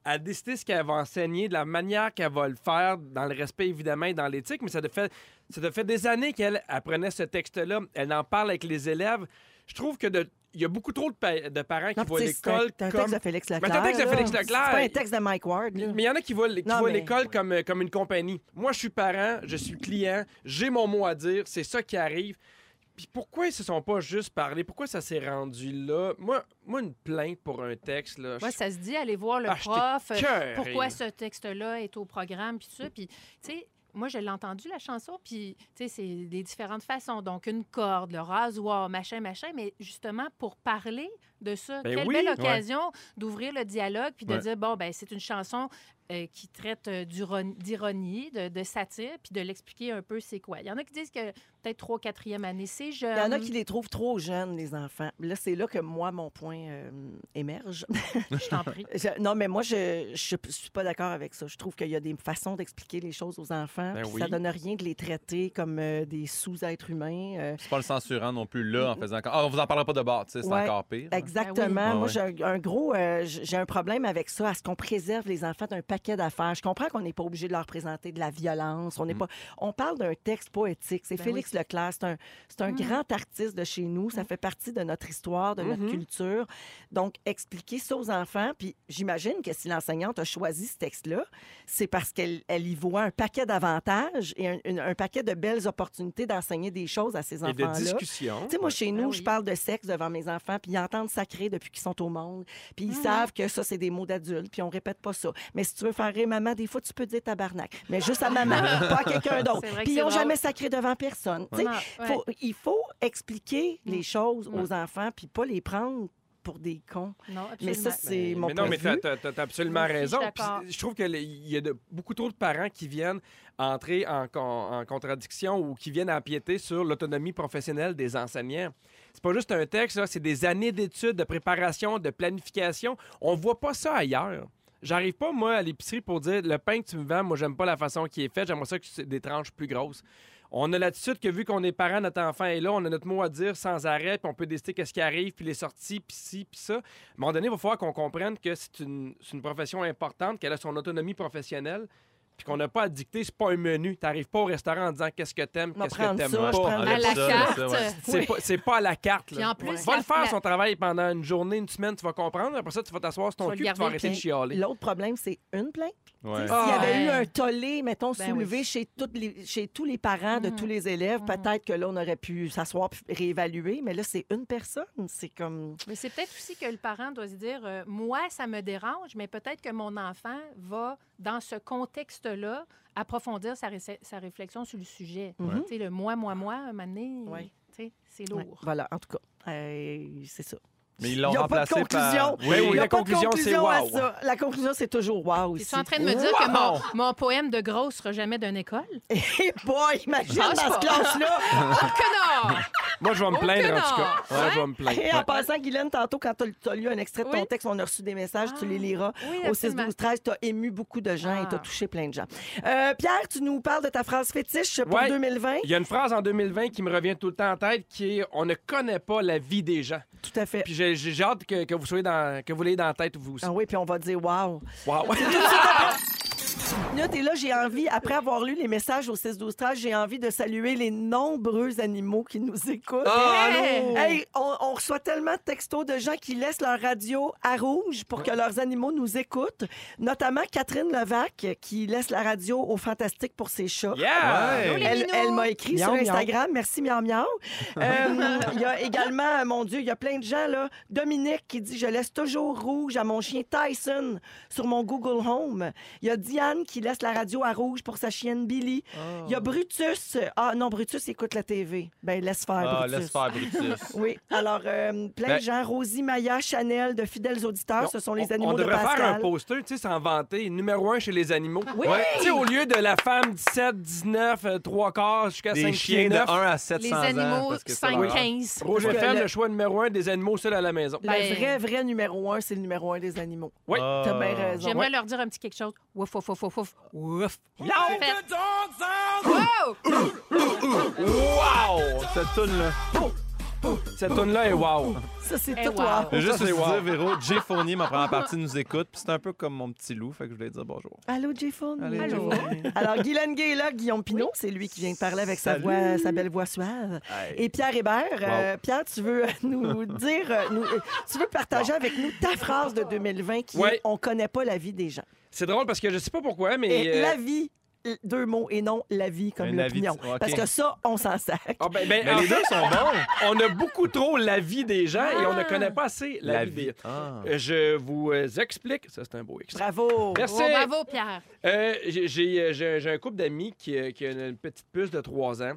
à décider ce qu'elle va enseigner, de la manière qu'elle va le faire, dans le respect évidemment et dans l'éthique, mais ça te fait, ça te fait des années qu'elle apprenait ce texte-là, elle en parle avec les élèves. Je trouve que de- il y a beaucoup trop de, pa- de parents qui
Non,
voient
c'est- c'est un,
l'école
c'est un
comme...
texte de Félix Leclerc.
un texte de
là.
Félix Leclerc.
C'est pas un texte de Mike Ward. là.
Mais il y en a qui voient, qui
Non,
voient
mais-
l'école comme, euh, comme une compagnie. Moi, je suis parent, je suis client, j'ai mon mot à dire, c'est ça qui arrive. Puis pourquoi ils se sont pas juste parlé? Pourquoi ça s'est rendu là? Moi, moi une plainte pour un texte, là,
Moi, ça se dit, allez voir le
Ah, j'étais
prof, euh,
cœuré,
pourquoi
là.
ce texte-là est au programme, puis tout ça. Puis, tu sais, moi, je l'ai entendu, la chanson, puis, tu sais, c'est des différentes façons. Donc, une corde, le rasoir, machin, machin. Mais justement, pour parler de ça,
Ben
quelle
oui.
belle
Ouais.
occasion d'ouvrir le dialogue, puis de
Ouais.
dire, bon, ben c'est une chanson euh, qui traite euh, d'iro- d'ironie, de, de satire, puis de l'expliquer un peu c'est quoi. Il y en a qui disent que peut-être 3 quatrième année, c'est jeune.
Il y
euh,
en a qui les trouvent trop jeunes, les enfants. Là, c'est là que moi, mon point euh, émerge.
Je t'en prie.
Je- non, mais moi, je ne suis pas d'accord avec ça. Je trouve qu'il y a des façons d'expliquer les choses aux enfants.
Ben
puis
oui.
Ça donne rien de les traiter comme euh, des sous-êtres humains. euh,
C'est pas le censurant non plus là en faisant. Ah, on vous en parlera pas de bord, tu sais, c'est
Ouais.
encore pire.
hein.
Exactement.
Ah oui.
Moi, j'ai un, un gros, euh, j- j'ai un problème avec ça, à ce qu'on préserve les enfants d'un paquet d'affaires. Je comprends qu'on n'est pas obligé de leur présenter de la violence. On n'est
Mm.
pas. On parle d'un texte poétique. C'est
Ben
Félix Leclerc. C'est un, c'est un
Mm.
grand artiste de chez nous. Ça fait partie de notre histoire, de notre
Mm-hmm.
Mhm.
culture. Donc, expliquer ça aux enfants. Puis, j'imagine que si l'enseignante a choisi ce texte-là, c'est parce qu'elle elle y voit un paquet d'avantages et un, une- un paquet de belles opportunités d'enseigner des choses à ses
et de
enfants-là.
discussion.
Tu sais, moi, chez nous,
Ben
je
oui.
parle de sexe devant mes enfants, puis ils entendent sacré depuis qu'ils sont au monde. Puis ils
Ah
savent que ça, c'est des mots d'adultes, puis on répète pas ça. Mais si tu veux faire rire maman, des fois, tu peux dire tabarnak. Mais juste à
[LAUGHS]
maman, pas à quelqu'un d'autre.
C'est vrai que
Puis ils
c'est
n'ont
drôle.
jamais sacré devant personne. [LAUGHS] Tu sais,
Ah, ouais. Mm.
faut- il faut expliquer les choses
Ouais.
aux enfants, puis pas les prendre pour des cons.
Non,
Mais
absolument.
ça, c'est mon
Ben, mais
point
non, mais
de vue.
t'as- t'as t'as absolument
Moi aussi, je
raison.
suis
Puis
d'accord.
Je trouve qu'il y a de- beaucoup trop de parents qui viennent entrer en, con- en contradiction ou qui viennent empiéter sur l'autonomie professionnelle des enseignants. C'est pas juste un texte, là, c'est des années d'études, de préparation, de planification. On voit pas ça ailleurs. J'arrive pas, moi, à l'épicerie pour dire le pain que tu me vends, moi, j'aime pas la façon qui est faite, j'aimerais ça que c'est des tranches plus grosses. On a l'attitude que vu qu'on est parent, notre enfant est là, on a notre mot à dire sans arrêt, puis on peut décider qu'est-ce qui arrive, puis les sorties, puis ci, puis ça. À un moment donné, il va falloir qu'on comprenne que c'est une, c'est une profession importante, qu'elle a son autonomie professionnelle, puis qu'on n'a pas à dicter, c'est pas un menu. T'arrives pas au restaurant en disant qu'est-ce que t'aimes,
On va
qu'est-ce que
prendre
t'aimes
ça,
pas.
je prends-
À
Enlève
la
ça,
carte.
ça, ouais.
C'est pas, c'est pas à la carte. Là.
Puis en plus,
Va
la-
le faire
la-
son travail pendant une journée, une semaine, tu vas comprendre. Après ça, tu vas t'asseoir sur
Tu
ton
vas
cul,
le
puis tu vas
garder,
arrêter de
puis-
chialer.
L'autre problème, c'est une plainte.
Ouais.
S'il y
Ah.
avait eu
Ouais.
un tollé, mettons,
Ben
soulevé
oui.
chez, toutes les, chez tous les parents de
Mhm.
tous les élèves,
Mhm.
peut-être que là, on aurait pu s'asseoir puis réévaluer, mais là, c'est une personne. C'est comme.
Mais c'est peut-être aussi que le parent doit se dire euh, moi, ça me dérange, mais peut-être que mon enfant va, dans ce contexte-là, approfondir sa, ré- sa réflexion sur le sujet.
Mhm.
Tu sais, le moi, moi, moi, à un moment donné,
Ouais.
tu sais, c'est
Ouais,
lourd.
voilà, en tout cas. euh, c'est ça.
Mais ils
Il
l'ont
n'y a pas de
remplacé
conclusion.
par.
Oui,
Il
oui,
y a
la
pas
conclusion,
de
c'est
conclusion à
wow.
ça. La conclusion, c'est toujours wow
Ils
aussi.
sont en train de me dire que mon, mon poème de grosse sera jamais d'une école?
Eh boy, imagine
Je pense
dans
pas.
cette classe-là.
[LAUGHS]
Oh que non!
Moi, je vais me
Oh,
plaindre,
que
en tout cas.
non!
Ouais, je vais me plaindre.
Et en
Ouais.
passant, Guylaine, tantôt, quand tu as lu un extrait de ton
Oui.
texte, on a reçu des messages, tu les
Ah,
liras.
Oui,
Au
absolument.
6-12-13, tu as ému beaucoup de gens et tu as
Ah.
touché plein de gens. Euh, Pierre, tu nous parles de ta phrase fétiche pour
Ouais.
2020.
Il y a une phrase en 2020 qui me revient tout le temps en tête qui est On ne connaît pas la vie des gens.
Tout à fait.
Puis j'ai j'ai hâte que, que vous soyez dans, que vous l'ayez dans la tête, vous aussi.
Ah oui, puis on va dire wow.
Wow.
[LAUGHS] Là, t'es là, j'ai envie, après avoir lu les messages au 6-12-13, j'ai envie de saluer les nombreux animaux qui nous écoutent.
Ah,
Hey!
allô?
Hey, on, on reçoit tellement de textos de gens qui laissent leur radio à rouge pour que leurs animaux nous écoutent, notamment Catherine Levac qui laisse la radio au Fantastique pour ses chats.
Yeah!
Ouais.
Allô, les
Elle,
minous?
elle m'a écrit
Miaou,
sur
miaou.
Instagram. Merci,
[LAUGHS]
miaou, miaou. Euh, Il y a également, euh, mon Dieu, il y a plein de gens, là. Dominique qui dit Je laisse toujours rouge à mon chien Tyson sur mon Google Home. Il y a Diane qui laisse la radio à rouge pour sa chienne Billy. Il y a Brutus. Ah non, Brutus écoute la TV. Ben, laisse faire,
Ah,
Brutus.
laisse faire Brutus.
Oui, alors, euh, plein
Ben-
de gens. Rosie, Maya, Chanel, de fidèles auditeurs,
Non,
Ah, ce sont les
on-
animaux
on
de
devrait
Pascal.
faire un poster, tu sais, s'en vanter, numéro un chez les animaux.
Oui.
Ouais.
Tu sais, au lieu de la femme 17, 19, euh, trois quarts jusqu'à 5
Des chiens de 1 à 700
Les
ans.
animaux
parce que c'est leur-
5-15.
Roger
Parce que
FM,
le-
le choix numéro un des animaux seuls à la maison.
Le
Ben-
vrai, vrai numéro un, c'est le numéro un des animaux.
Oui,
Ah.
t'as bien
Euh,
raison.
J'aimerais leur dire un petit quelque chose. Wouf, wouf, wouf, wouf, wouf. Wouf.
Miaou.
Fait. Wow!
Wow! Oh, Cette toune-là.
cette tune-là est wow.
Ça, c'est
Eh,
tout,
wow.
toi.
Je veux juste
Ça, c'est
vous
wow.
dire, [LAUGHS] Véro, Jay Fournier, ma première partie, nous écoute. Puis c'est un peu comme mon petit loup, fait que je voulais dire bonjour.
Allô, j Phone.
Allez,
Allô.
Jay Fournier.
[LAUGHS] Alors, Guylaine Gay est là, Guillaume Pinot, c'est lui qui vient de parler avec sa,
Salut.
voix, sa belle voix suave.
Hey.
Et Pierre Hébert, euh, Pierre, tu veux [LAUGHS] nous dire, euh, nous- euh, tu veux partager avec nous ta phrase de 2020 qui
Ouais.
est On connaît pas la vie des gens.
C'est drôle parce que je sais pas pourquoi, mais.
Et
euh,
la vie, l- deux mots, et non la vie comme
Un avis,
l'opinion.
tu- OK.
Parce que ça, on
[LAUGHS]
s'en sac.
ah, ben, ben,
Mais
en
les
fait,
deux sont bons.
on a beaucoup trop la vie des gens et on ne
Ah.
connaît pas assez [LAUGHS] la, vie, des
Ah.
Euh, Je vous euh, explique. Ça, c'est un beau extrait.
Bravo!
Merci.
Oh, bravo, Pierre.
Euh, j'ai- j'ai euh, j'ai- j'ai un couple d'amis qui, euh, qui a une petite puce de 3 ans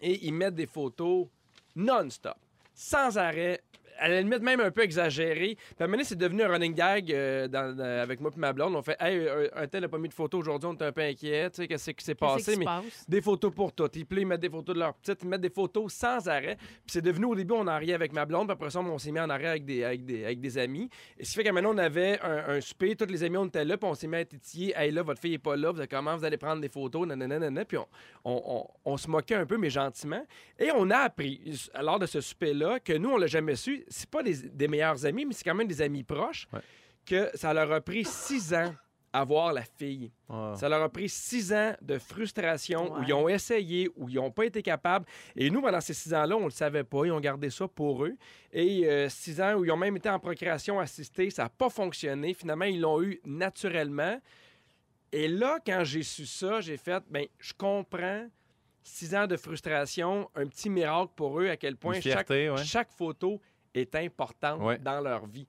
et ils mettent des photos non-stop, sans arrêt, à la limite même un peu exagéré. Puis à un moment donné, c'est devenu un running gag euh, dans- dans- avec moi et ma blonde. On fait Hey, un, un tel n'a pas mis de photo aujourd'hui, on est un peu inquiet, tu sais, qu'est-ce qui s'est
Qu'est-ce qui
passé?
se
Mais
passe?
des photos pour toutes. Ils, puis là, ils mettent des photos de leurs petites, ils mettent des photos sans arrêt. Puis c'est devenu au début, on en riait avec ma blonde, puis après ça, on s'est mis en arrêt avec des, avec des, avec des amis. Et ce qui fait que maintenant, on avait un, un souper, tous les amis, on était là, puis on s'est mis à titiller. Hey là, votre fille est pas là, vous allez- comment vous allez prendre des photos, nanana, nanana. Puis on, on, on- on se moquait un peu, mais gentiment. Et on a appris, lors de ce souper-là, que nous, on l'a jamais su. C'est pas des, des meilleurs amis, mais c'est quand même des amis proches,
Ouais.
que ça leur a pris six ans à voir la fille.
Ah.
Ça leur a pris six ans de frustration où
Ouais.
ils ont essayé, où ils n'ont pas été capables. Et nous, pendant ces six ans-là, on ne le savait pas. Ils ont gardé ça pour eux. Et euh, six ans où ils ont même été en procréation assistée, ça n'a pas fonctionné. Finalement, ils l'ont eu naturellement. Et là, quand j'ai su ça, j'ai fait, ben, je comprends. Six ans de frustration, un petit miracle pour eux à quel point
Une
chaque
fierté, ouais.
chaque photo est importante
Ouais.
dans leur vie.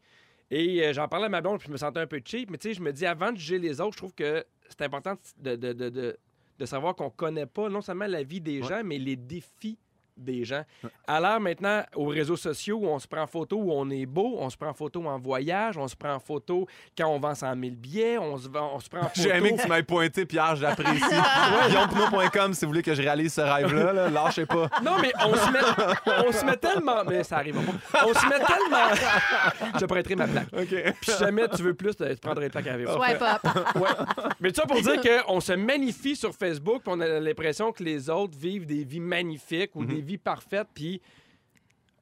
Et euh, j'en parlais à ma blonde, puis je me sentais un peu cheap, mais tu sais, je me dis, avant de juger les autres, je trouve que c'est important de, de, de- de- de savoir qu'on connaît pas non seulement la vie des
Ouais.
gens, mais les défis des gens. À l'heure maintenant aux réseaux sociaux où on se prend en photo où on est beau, on se prend en photo en voyage, on se prend en photo quand on vend 100 000 billets, on se, vend- on se prend en photo...
[LAUGHS] J'ai aimé que tu m'aies pointé, Pierre, j'apprécie. [LAUGHS] GuillaumePinot.com si vous voulez que je réalise ce rêve-là, là,
[LAUGHS]
lâchez pas.
Non, mais on se met, on se met tellement. Mais ça arrive. pas. On se met tellement.
[LAUGHS]
je prêterai ma plaque. Puis si jamais tu veux plus, ben, tu prendrais une plaque à vivre.
Swipe up.
[LAUGHS] Ouais. Mais tout ça pour dire qu'on se magnifie sur Facebook, puis on a l'impression que les autres vivent des vies magnifiques ou
Mhm.
des vies parfaites, puis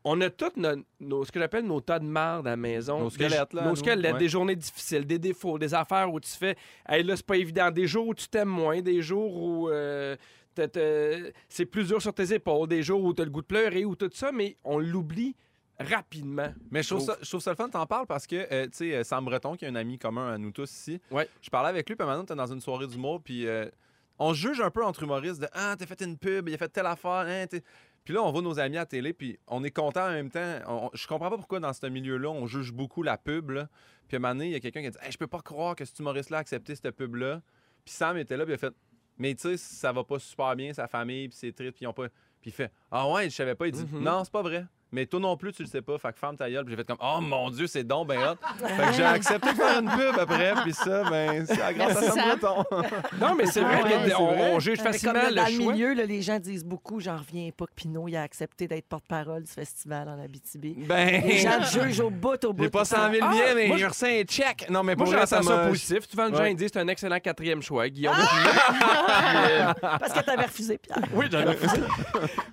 on a toutes nos, nos- ce que j'appelle nos tas de marde à la maison.
Nos squelettes,
Des-
là,
Nos
nous.
squelettes,
Ouais.
des journées difficiles, des défauts, des affaires où tu fais, hey, là, c'est pas évident. Des jours où tu t'aimes moins, des jours où. euh, t'as- t'as- c'est plus dur sur tes épaules, des jours où tu as le goût de pleurer ou tout ça, mais on l'oublie rapidement.
Mais je trouve, ça, je trouve ça le fun, t'en parles parce que, euh, tu sais, euh, Sam Breton, qui est un ami commun à nous tous ici,
Ouais.
je parlais avec lui, puis maintenant, t'es dans une soirée d'humour, puis euh, on se juge un peu entre humoristes de Ah, t'as fait une pub, il a fait telle affaire, hein, t'es- Puis là, on voit nos amis à la télé, puis on est content en même temps. On- on- je comprends pas pourquoi, dans ce milieu-là, on juge beaucoup la pub, là. Puis à un moment donné, il y a quelqu'un qui a dit Hey, Je peux pas croire que cet humoriste-là a accepté cette pub-là. Puis Sam était là, puis il a fait Mais tu sais, ça va pas super bien, sa famille, puis c'est triste, puis ils ont pas. Puis il fait Ah ouais, je savais pas. Il dit
Mhm.
Non, c'est pas vrai. mais toi non plus, tu le sais pas. Fait que ferme ta gueule. Puis j'ai fait comme, oh mon Dieu, c'est donc ben hot. Fait que j'ai accepté de faire une pub après. Puis ça, ben, c'est à grâce à
Merci,
Sam
Sam.
Breton.
Non, mais c'est
Ah
vrai
ouais,
qu'on
c'est
vrai.
on juge
Ah, Mais Euh, comme
facilement
dans
le
le
choix.
milieu, là, les gens disent beaucoup, j'en reviens pas que Pinot il a accepté d'être porte-parole du festival en Abitibi.
[LAUGHS]
Les gens
Ben,
le jugent au bout, au bout.
j'ai pas
au
100 000
Ah,
billets, mais
moi,
j'ai reçu un check. Non, mais
Moi,
pour
je
vrai,
ça, ça
m'a-
positif. Souvent, les gens
Ouais.
ils disent c'est un excellent quatrième choix, Guillaume.
bout. Parce que t'avais refusé, Pierre.
Oui, j'en ai refusé.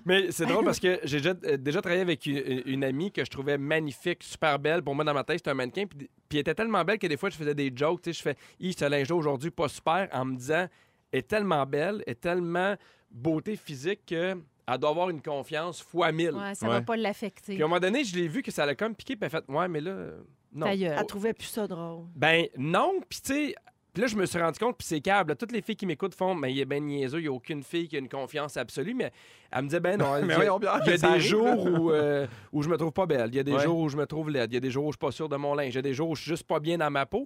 Mais c'est drôle parce que j'ai déjà, euh, déjà travaillé avec une, une amie que je trouvais magnifique, super belle. Pour moi, dans ma tête, c'était un mannequin. Puis, puis elle était tellement belle que des fois, je faisais des jokes. Tu sais, je fais Hi, ce linge aujourd'hui, pas super, en me disant Elle est tellement belle, elle est tellement beauté physique qu'elle doit avoir une confiance fois mille.
Ouais, ça
Ouais.
va pas l'affecter.
Puis à un moment donné, je l'ai vu que ça l'a comme piqué. Puis elle a fait Ouais, mais là, euh, non.
Ta gueule.
Elle trouvait plus ça drôle.
Ben non, puis tu sais, puis là je me suis rendu compte, puis c'est câble. Toutes les filles qui m'écoutent font, mais il est ben niaiseux, il n'y a aucune fille qui a une confiance absolue, mais elle me disait ben non. elle
[LAUGHS] Mais
dit,
voyons, Pierre,
il y a
ça
des
arrive,
jours où, euh, où je me trouve pas belle, il y a des
Ouais.
jours où je me trouve laide, il y a des jours où je suis pas sûr de mon linge, il y a des jours où je suis juste pas bien dans ma peau.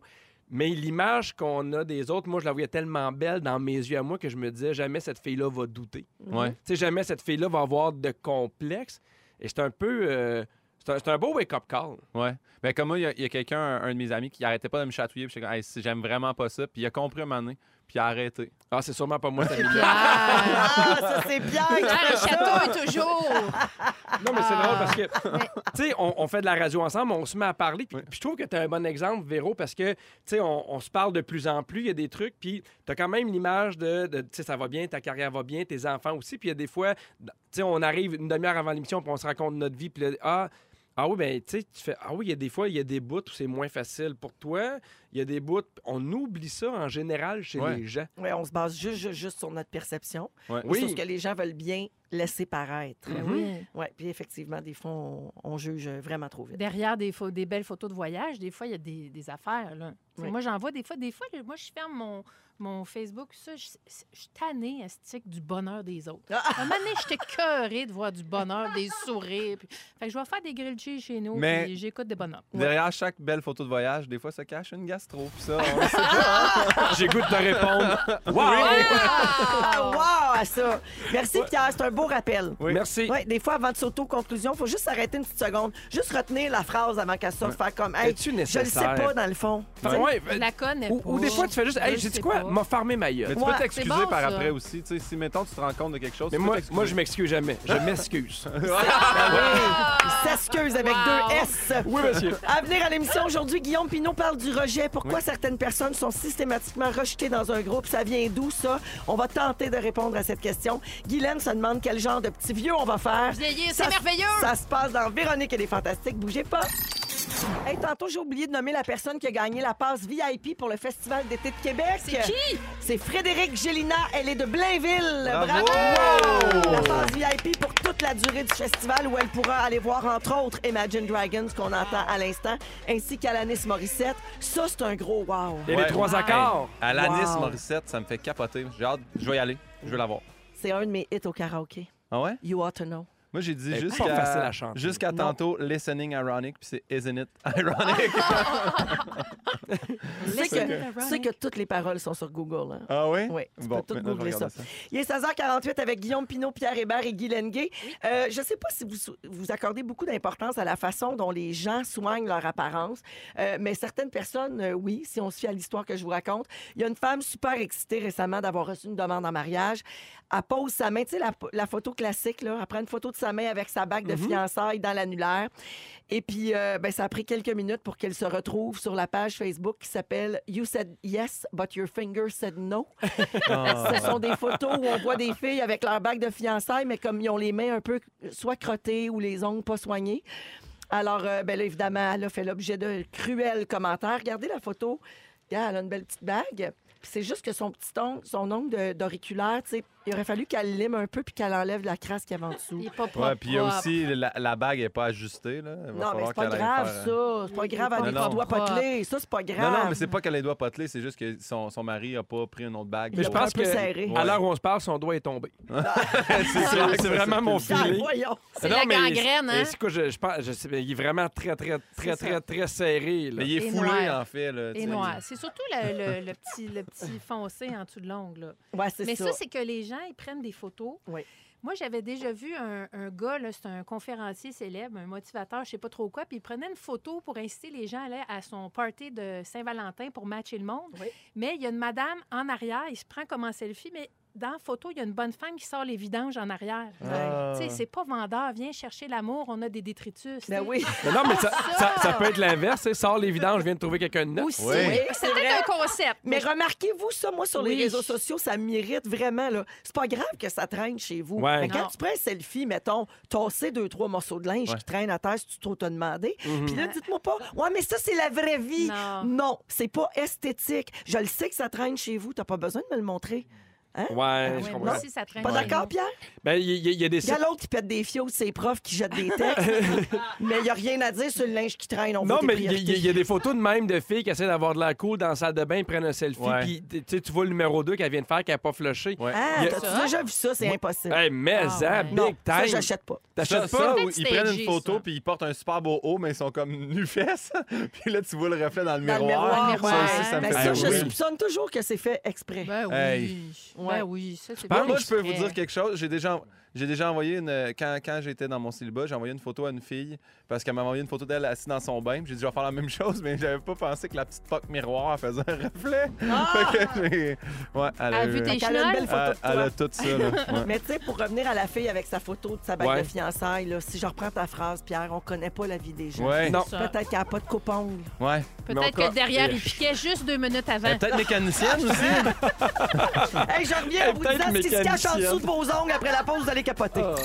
Mais l'image qu'on a des autres, moi, je la voyais tellement belle dans mes yeux à moi que je me disais jamais cette fille-là va douter.
Ouais.
Tu sais, jamais cette fille-là va avoir de complexe. Et c'est un peu. euh, c'est un, c'est un beau wake-up call.
Ouais. Ben, comme moi, il y a, il y a quelqu'un, un, un de mes amis, qui arrêtait pas de me chatouiller. Puis j'étais comme, Hey, si j'aime vraiment pas ça. Puis il a compris un moment donné. Puis il a arrêté.
Ah, c'est sûrement pas moi, cette amie-là.
Ah,
Ah, ça, c'est [LAUGHS] Pierre qui
le château est toujours.
Non, mais c'est
Ah.
drôle parce
[LAUGHS]
que,
Mais-
tu sais, on, on fait de la radio ensemble, on se met à parler. Puis puis je trouve que tu un bon exemple, Véro, parce que, tu sais, on, on se parle de plus en plus. Il y a des trucs, puis tu as quand même l'image de, de, tu sais, ça va bien, ta carrière va bien, tes enfants aussi. Puis il y a des fois, tu sais, on arrive une demi-heure avant l'émission, puis on se raconte notre vie, puis là, ah, ah oui, ben, tu sais, tu fais, ah oui, il y a des fois, il y a des bouts où c'est moins facile pour toi. Il y a des bouts, on oublie ça en général chez
Ouais.
les gens.
Oui, on se base juste, juste, juste sur notre perception.
Ouais.
Oui.
Oui.
Sur ce que les gens veulent bien laisser paraître.
Ben
Mhm.
oui.
Oui, puis effectivement, des fois, on, on juge vraiment trop vite.
Derrière des, pho- des belles photos de voyage, des fois, il y a des, des affaires. Là. Tu sais,
Oui.
Moi, j'en vois des fois. Des fois, moi, je ferme mon, mon Facebook. Ça, je je- je suis tannée, astique, du bonheur des autres. À un moment donné, j'étais cœurée de voir du bonheur, des sourires. puis- Fait que je vais faire des grilled cheese chez nous,
Mais-
puis j'écoute des bonheurs.
Derrière chaque belle photo de voyage, des fois, se cache une gastro.
[LAUGHS]
Puis ça, on le sait.
J'ai goût de te répondre. Wow!
Ah, wow, à ça! Merci, Pierre. C'est un beau rappel.
Oui.
Merci.
Ouais, des fois, avant de sauter aux conclusions, il faut juste s'arrêter une petite seconde. Juste retenir la phrase avant qu'elle sorte. Faire comme, hey,
Es-tu
je le sais
nécessaire?
pas, dans le fond.
Ouais,
Je la connais
Ou,
pas.
ou des fois, tu fais juste, hey,
Je
sais-tu
sais
quoi?
pas.
M'a farmé ma gueule.
Mais tu
Ouais,
peux t'excuser
c'est bon,
par
ça.
après aussi. Tu sais, si, mettons, tu te rends compte de quelque chose.
Mais
tu peux
moi,
t'excuser.
moi, je m'excuse jamais. [LAUGHS] Je m'excuse.
Il
Ah!
s'excuse avec
Wow.
deux S.
oui, monsieur.
À venir à l'émission aujourd'hui, Guillaume Pinot parle du rejet. Pourquoi certaines personnes sont systématiquement rejetées dans un groupe? Ça vient d'où, ça? On va tenter de répondre à cette question. Guylaine se demande quel genre de petit vieux on va faire.
Vieillir,
Ça
c'est
s-
merveilleux!
Ça se passe dans Véronique et les Fantastiques. Bougez pas. Hey, tantôt, j'ai oublié de nommer la personne qui a gagné la passe VIP pour le Festival d'été de Québec.
C'est qui?
C'est Frédéric Gélina. Elle est de Blainville.
Bravo!
La passe VIP pour toute la durée du festival où elle pourra aller voir, entre autres, Imagine Dragons, qu'on entend à l'instant, ainsi qu'Alanis Morissette. Ça, c'est un gros wow.
Et
Ouais.
les trois accords.
Hey, à l'Anis
Wow.
Morissette, ça me fait capoter. J'ai hâte. Je vais y aller. Je veux l'avoir.
C'est un de mes hits au karaoké.
Ah ouais?
You ought to know.
Moi, j'ai dit
Elle est
jusqu'à
pas facile à chanter.
jusqu'à
Non.
tantôt listening ironic, puis c'est isn't it [LAUGHS] ironic?
Ah. Tu sais que, tu sais que toutes les paroles sont sur Google. hein?
ah ouais?
Oui, tu peux tout
maintenant, je
googler
regarde
ça. [LAUGHS] Il est 16h48 avec Guillaume Pinot, Pierre Hébert et Guy Lenguet. Euh, je ne sais pas si vous, sou- vous accordez beaucoup d'importance à la façon dont les gens soignent leur apparence, euh, mais certaines personnes, euh, oui, si on se fie à l'histoire que je vous raconte. Il y a une femme super excitée récemment d'avoir reçu une demande en mariage. Elle pose sa main, tu sais, la, la photo classique, là. Elle prend une photo de sa main avec sa bague de
Mm-hmm.
fiançailles dans l'annulaire. Et puis, euh, ben, ça a pris quelques minutes pour qu'elle se retrouve sur la page Facebook qui s'appelle You Said Yes, but Your Finger Said No.
Ah.
Ce sont des photos où on voit des filles avec leur bague de fiançailles, mais comme ils ont les mains un peu soit crottées ou les ongles pas soignés. Alors, euh, ben là, évidemment, elle a fait l'objet de cruels commentaires. Regardez la photo. Regarde, elle a une belle petite bague. Puis c'est juste que son petit ongle, son ongle de- d'auriculaire, tu sais, il aurait fallu qu'elle lime un peu puis qu'elle enlève la crasse qu'il y avait en dessous.
Il est pas propre.
Ouais, puis il y a
propre.
aussi la, la bague est pas ajustée là. Il va
Non, mais
falloir
c'est pas
qu'elle aille
grave,
faire, euh,
ça. C'est pas grave
Non,
avec
non.
les doigts potelés. Ça, c'est pas grave.
Non, non, mais c'est pas qu'elle les doit poteler, c'est juste que son, son mari a pas pris une autre bague.
Mais je
Ils l'ont
pense
un peu
que-
serré.
[LAUGHS] À l'heure où on se parle, son doigt est tombé.
que c'est
[LAUGHS] c'est
clair que ça,
vraiment mon
c'est-
Ah,
filet.
voyons.
C'est
Non,
la
mais-
gangrène, hein?
mais c'est quoi, je, je pense, je sais, mais il est vraiment très, très, très,
ça.
très, très serré. là.
Mais il est
Et
foulé
noir.
en fait là. tu
Et
sais.
noir. C'est surtout le,
[LAUGHS]
le- le petit, le petit foncé en dessous de l'ongle. là.
Ouais, c'est
Mais
ça.
ça, c'est que les gens, ils prennent des photos.
Oui.
Moi, j'avais déjà vu un, un gars, là, c'est un conférencier célèbre, un motivateur, je sais pas trop quoi, puis il prenait une photo pour inciter les gens à aller à son party de Saint-Valentin pour matcher le monde.
Oui.
Mais il y a une madame en arrière, il se prend comme en selfie, mais dans la photo, il y a une bonne femme qui sort les vidanges en arrière.
Ah.
Tu sais, c'est pas vendeur, viens chercher l'amour, on a des détritus.
Ben
tu sais.
oui.
Mais non, mais ça,
Ça!
ça- ça peut être l'inverse. hein. Sors les vidanges, je viens de trouver quelqu'un de neuf.
Aussi.
Oui.
Oui, c'est
C'était
vrai.
un concept.
Mais remarquez-vous ça, moi, sur
Oui.
les réseaux sociaux, ça mérite vraiment, là. C'est pas grave que ça traîne chez vous.
Ouais.
Mais quand
Non.
tu prends un selfie, mettons, tasser deux, trois morceaux de linge
Ouais.
qui traînent à terre si tu trop t'as demandé.
Mhm.
Puis là, dites-moi pas, ouais, mais ça, c'est la vraie vie.
Non.
c'est pas esthétique. Je le sais que ça traîne chez vous. T'as pas besoin de me le montrer.
Ouais,
Ah
Ouais,
je
moi
comprends.
aussi, ça traîne
Pas
chez
d'accord,
nous.
Pierre?
Ben, il y, il y a des
Il y a
sites.
l'autre qui pète des fios de ses profs qui jettent
[LAUGHS]
des textes, mais il n'y a rien à dire sur le linge qui traîne. On
Non,
veut tes
mais il y, a-
priorités.
il y a des photos de même de filles qui essaient d'avoir de la cool dans la salle de bain, ils prennent un selfie,
Ouais.
puis tu sais, tu vois le numéro 2 qu'elle vient de faire, qu'elle n'a pas flushé.
Ouais.
Ah,
il y a-
t'as-tu déjà vu ça? C'est impossible.
Hey, mais
Ah,
ça,
ouais.
big
non, ça,
time.
j'achète pas.
Ça,
T'achètes
ça,
pas?
où
Peut-être
ils prennent une
stagé,
photo
ça.
puis ils portent un super beau haut, mais ils sont comme [LAUGHS] nu-fesses. puis là, tu vois le reflet dans le
Dans le
miroir.
miroir,
Ça aussi,
ouais.
ça me
Mais
fait
ça,
peur.
je
Oui.
soupçonne toujours que c'est fait exprès.
Ben oui.
Hey.
Ouais.
Ben oui, ça, c'est
Moi,
bien
moi, Ah, je peux vous
exprès.
dire quelque chose. J'ai déjà, j'ai déjà envoyé une. euh, Quand, quand j'étais dans mon célibat, j'ai envoyé une photo à une fille parce qu'elle m'a envoyé une photo d'elle assise dans son bain. J'ai dit, je vais faire la même [LAUGHS] chose, mais j'avais pas pensé que la petite poque miroir faisait un reflet. Fait que j'ai- ouais, elle
Elle
a
a
eu-
vu tes
elle-
Fait qu'elle a une belle
chenolles.
photo de toi.
Ah, elle a tout ça. là. Ouais.
Mais tu sais, pour revenir à la fille avec sa photo de sa bague
Ouais.
de fiançailles, là, si je reprends ta phrase, Pierre, on connaît pas la vie des gens.
Ouais,
Non.
Ça.
Peut-être qu'elle n'a pas de coupon. là.
ouais.
Mais
Peut-être
encore-
que derrière, il piquait juste deux minutes
Elle
avant.
est peut-être mécanicienne aussi. Ah.
Hey, je reviens en vous
Peut-être
disant ce qui se cache en
mécanicienne.
dessous de vos ongles après la pause, vous allez capoter.
Ah.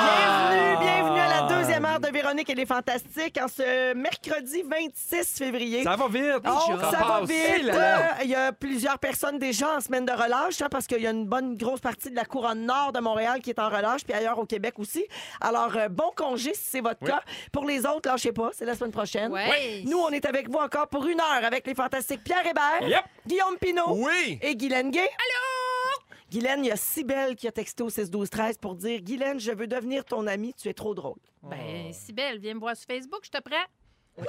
Bienvenue, bienvenue à
Ah!
la deuxième heure de Véronique et les Fantastiques en ce mercredi 26 février.
Ça va vite.
Oh, ça va
passe. Hey
vite!
là là.
Euh, Il y a plusieurs personnes déjà en semaine de relâche, hein, parce qu'il y a une bonne grosse partie de la couronne nord de Montréal qui est en relâche, puis ailleurs au Québec aussi. Alors, euh, bon congé si c'est votre cas. Pour les autres, lâchez pas, c'est la semaine prochaine.
Ouais. Ouais.
Nous, on est avec vous encore pour une heure avec les fantastiques Pierre Hébert,
Yep.
Guillaume Pinault
Oui!
et Guylaine Gay. Allô! Guylaine, il y a Sibelle qui a texté au 6-12-13 pour dire « Guylaine, je veux devenir ton amie, tu es trop drôle. »
Ben, Sibelle, viens me voir sur Facebook, je te prends.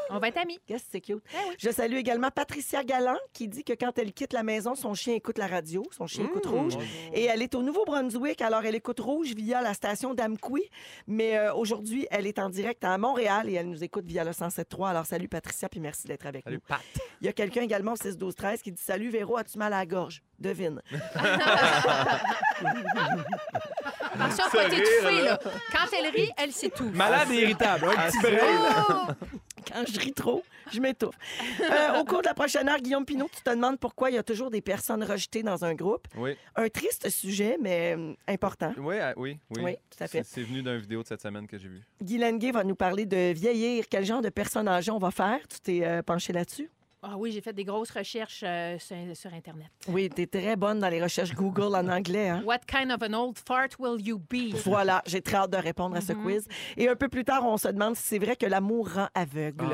On va être amis.
Yes, c'est cute. Je salue également Patricia Galland qui dit que quand elle quitte la maison, son chien écoute la radio, son chien écoute rouge. Et elle est au Nouveau-Brunswick, alors elle écoute rouge via la station d'Amqui. Mais euh, aujourd'hui, elle est en direct à Montréal et elle nous écoute via le 107.3. Alors salut Patricia, puis merci d'être avec nous.
Pat.
Il y a quelqu'un également au 6-12-13 qui dit Salut Véro, as-tu mal à la gorge Devine.
Ah,
Attention, faut être
rire,
étouffé, là. Quand elle rit, elle s'étouffe. Oh!
Malade et irritable.
Ah,
Un petit brin.
Quand je ris trop, je m'étouffe. Euh, au cours de la prochaine heure, Guillaume Pinot, tu te demandes pourquoi il y a toujours des personnes rejetées dans un groupe.
Oui,
Un triste sujet, mais euh, important.
oui, euh, oui. Oui,
Oui, tout à fait.
C'est- C'est venu d'une vidéo de cette semaine que j'ai vue.
Guylaine Gay va nous parler de vieillir. Quel genre de personne âgée on va faire? Tu t'es euh, penchée là-dessus?
Ah oui, j'ai fait des grosses recherches euh, sur, sur Internet.
Oui, t'es très bonne dans les recherches Google en anglais. hein?
What kind of an old fart will you be?
Voilà, j'ai très hâte de répondre à ce quiz. Et un peu plus tard, on se demande si c'est vrai que l'amour rend aveugle.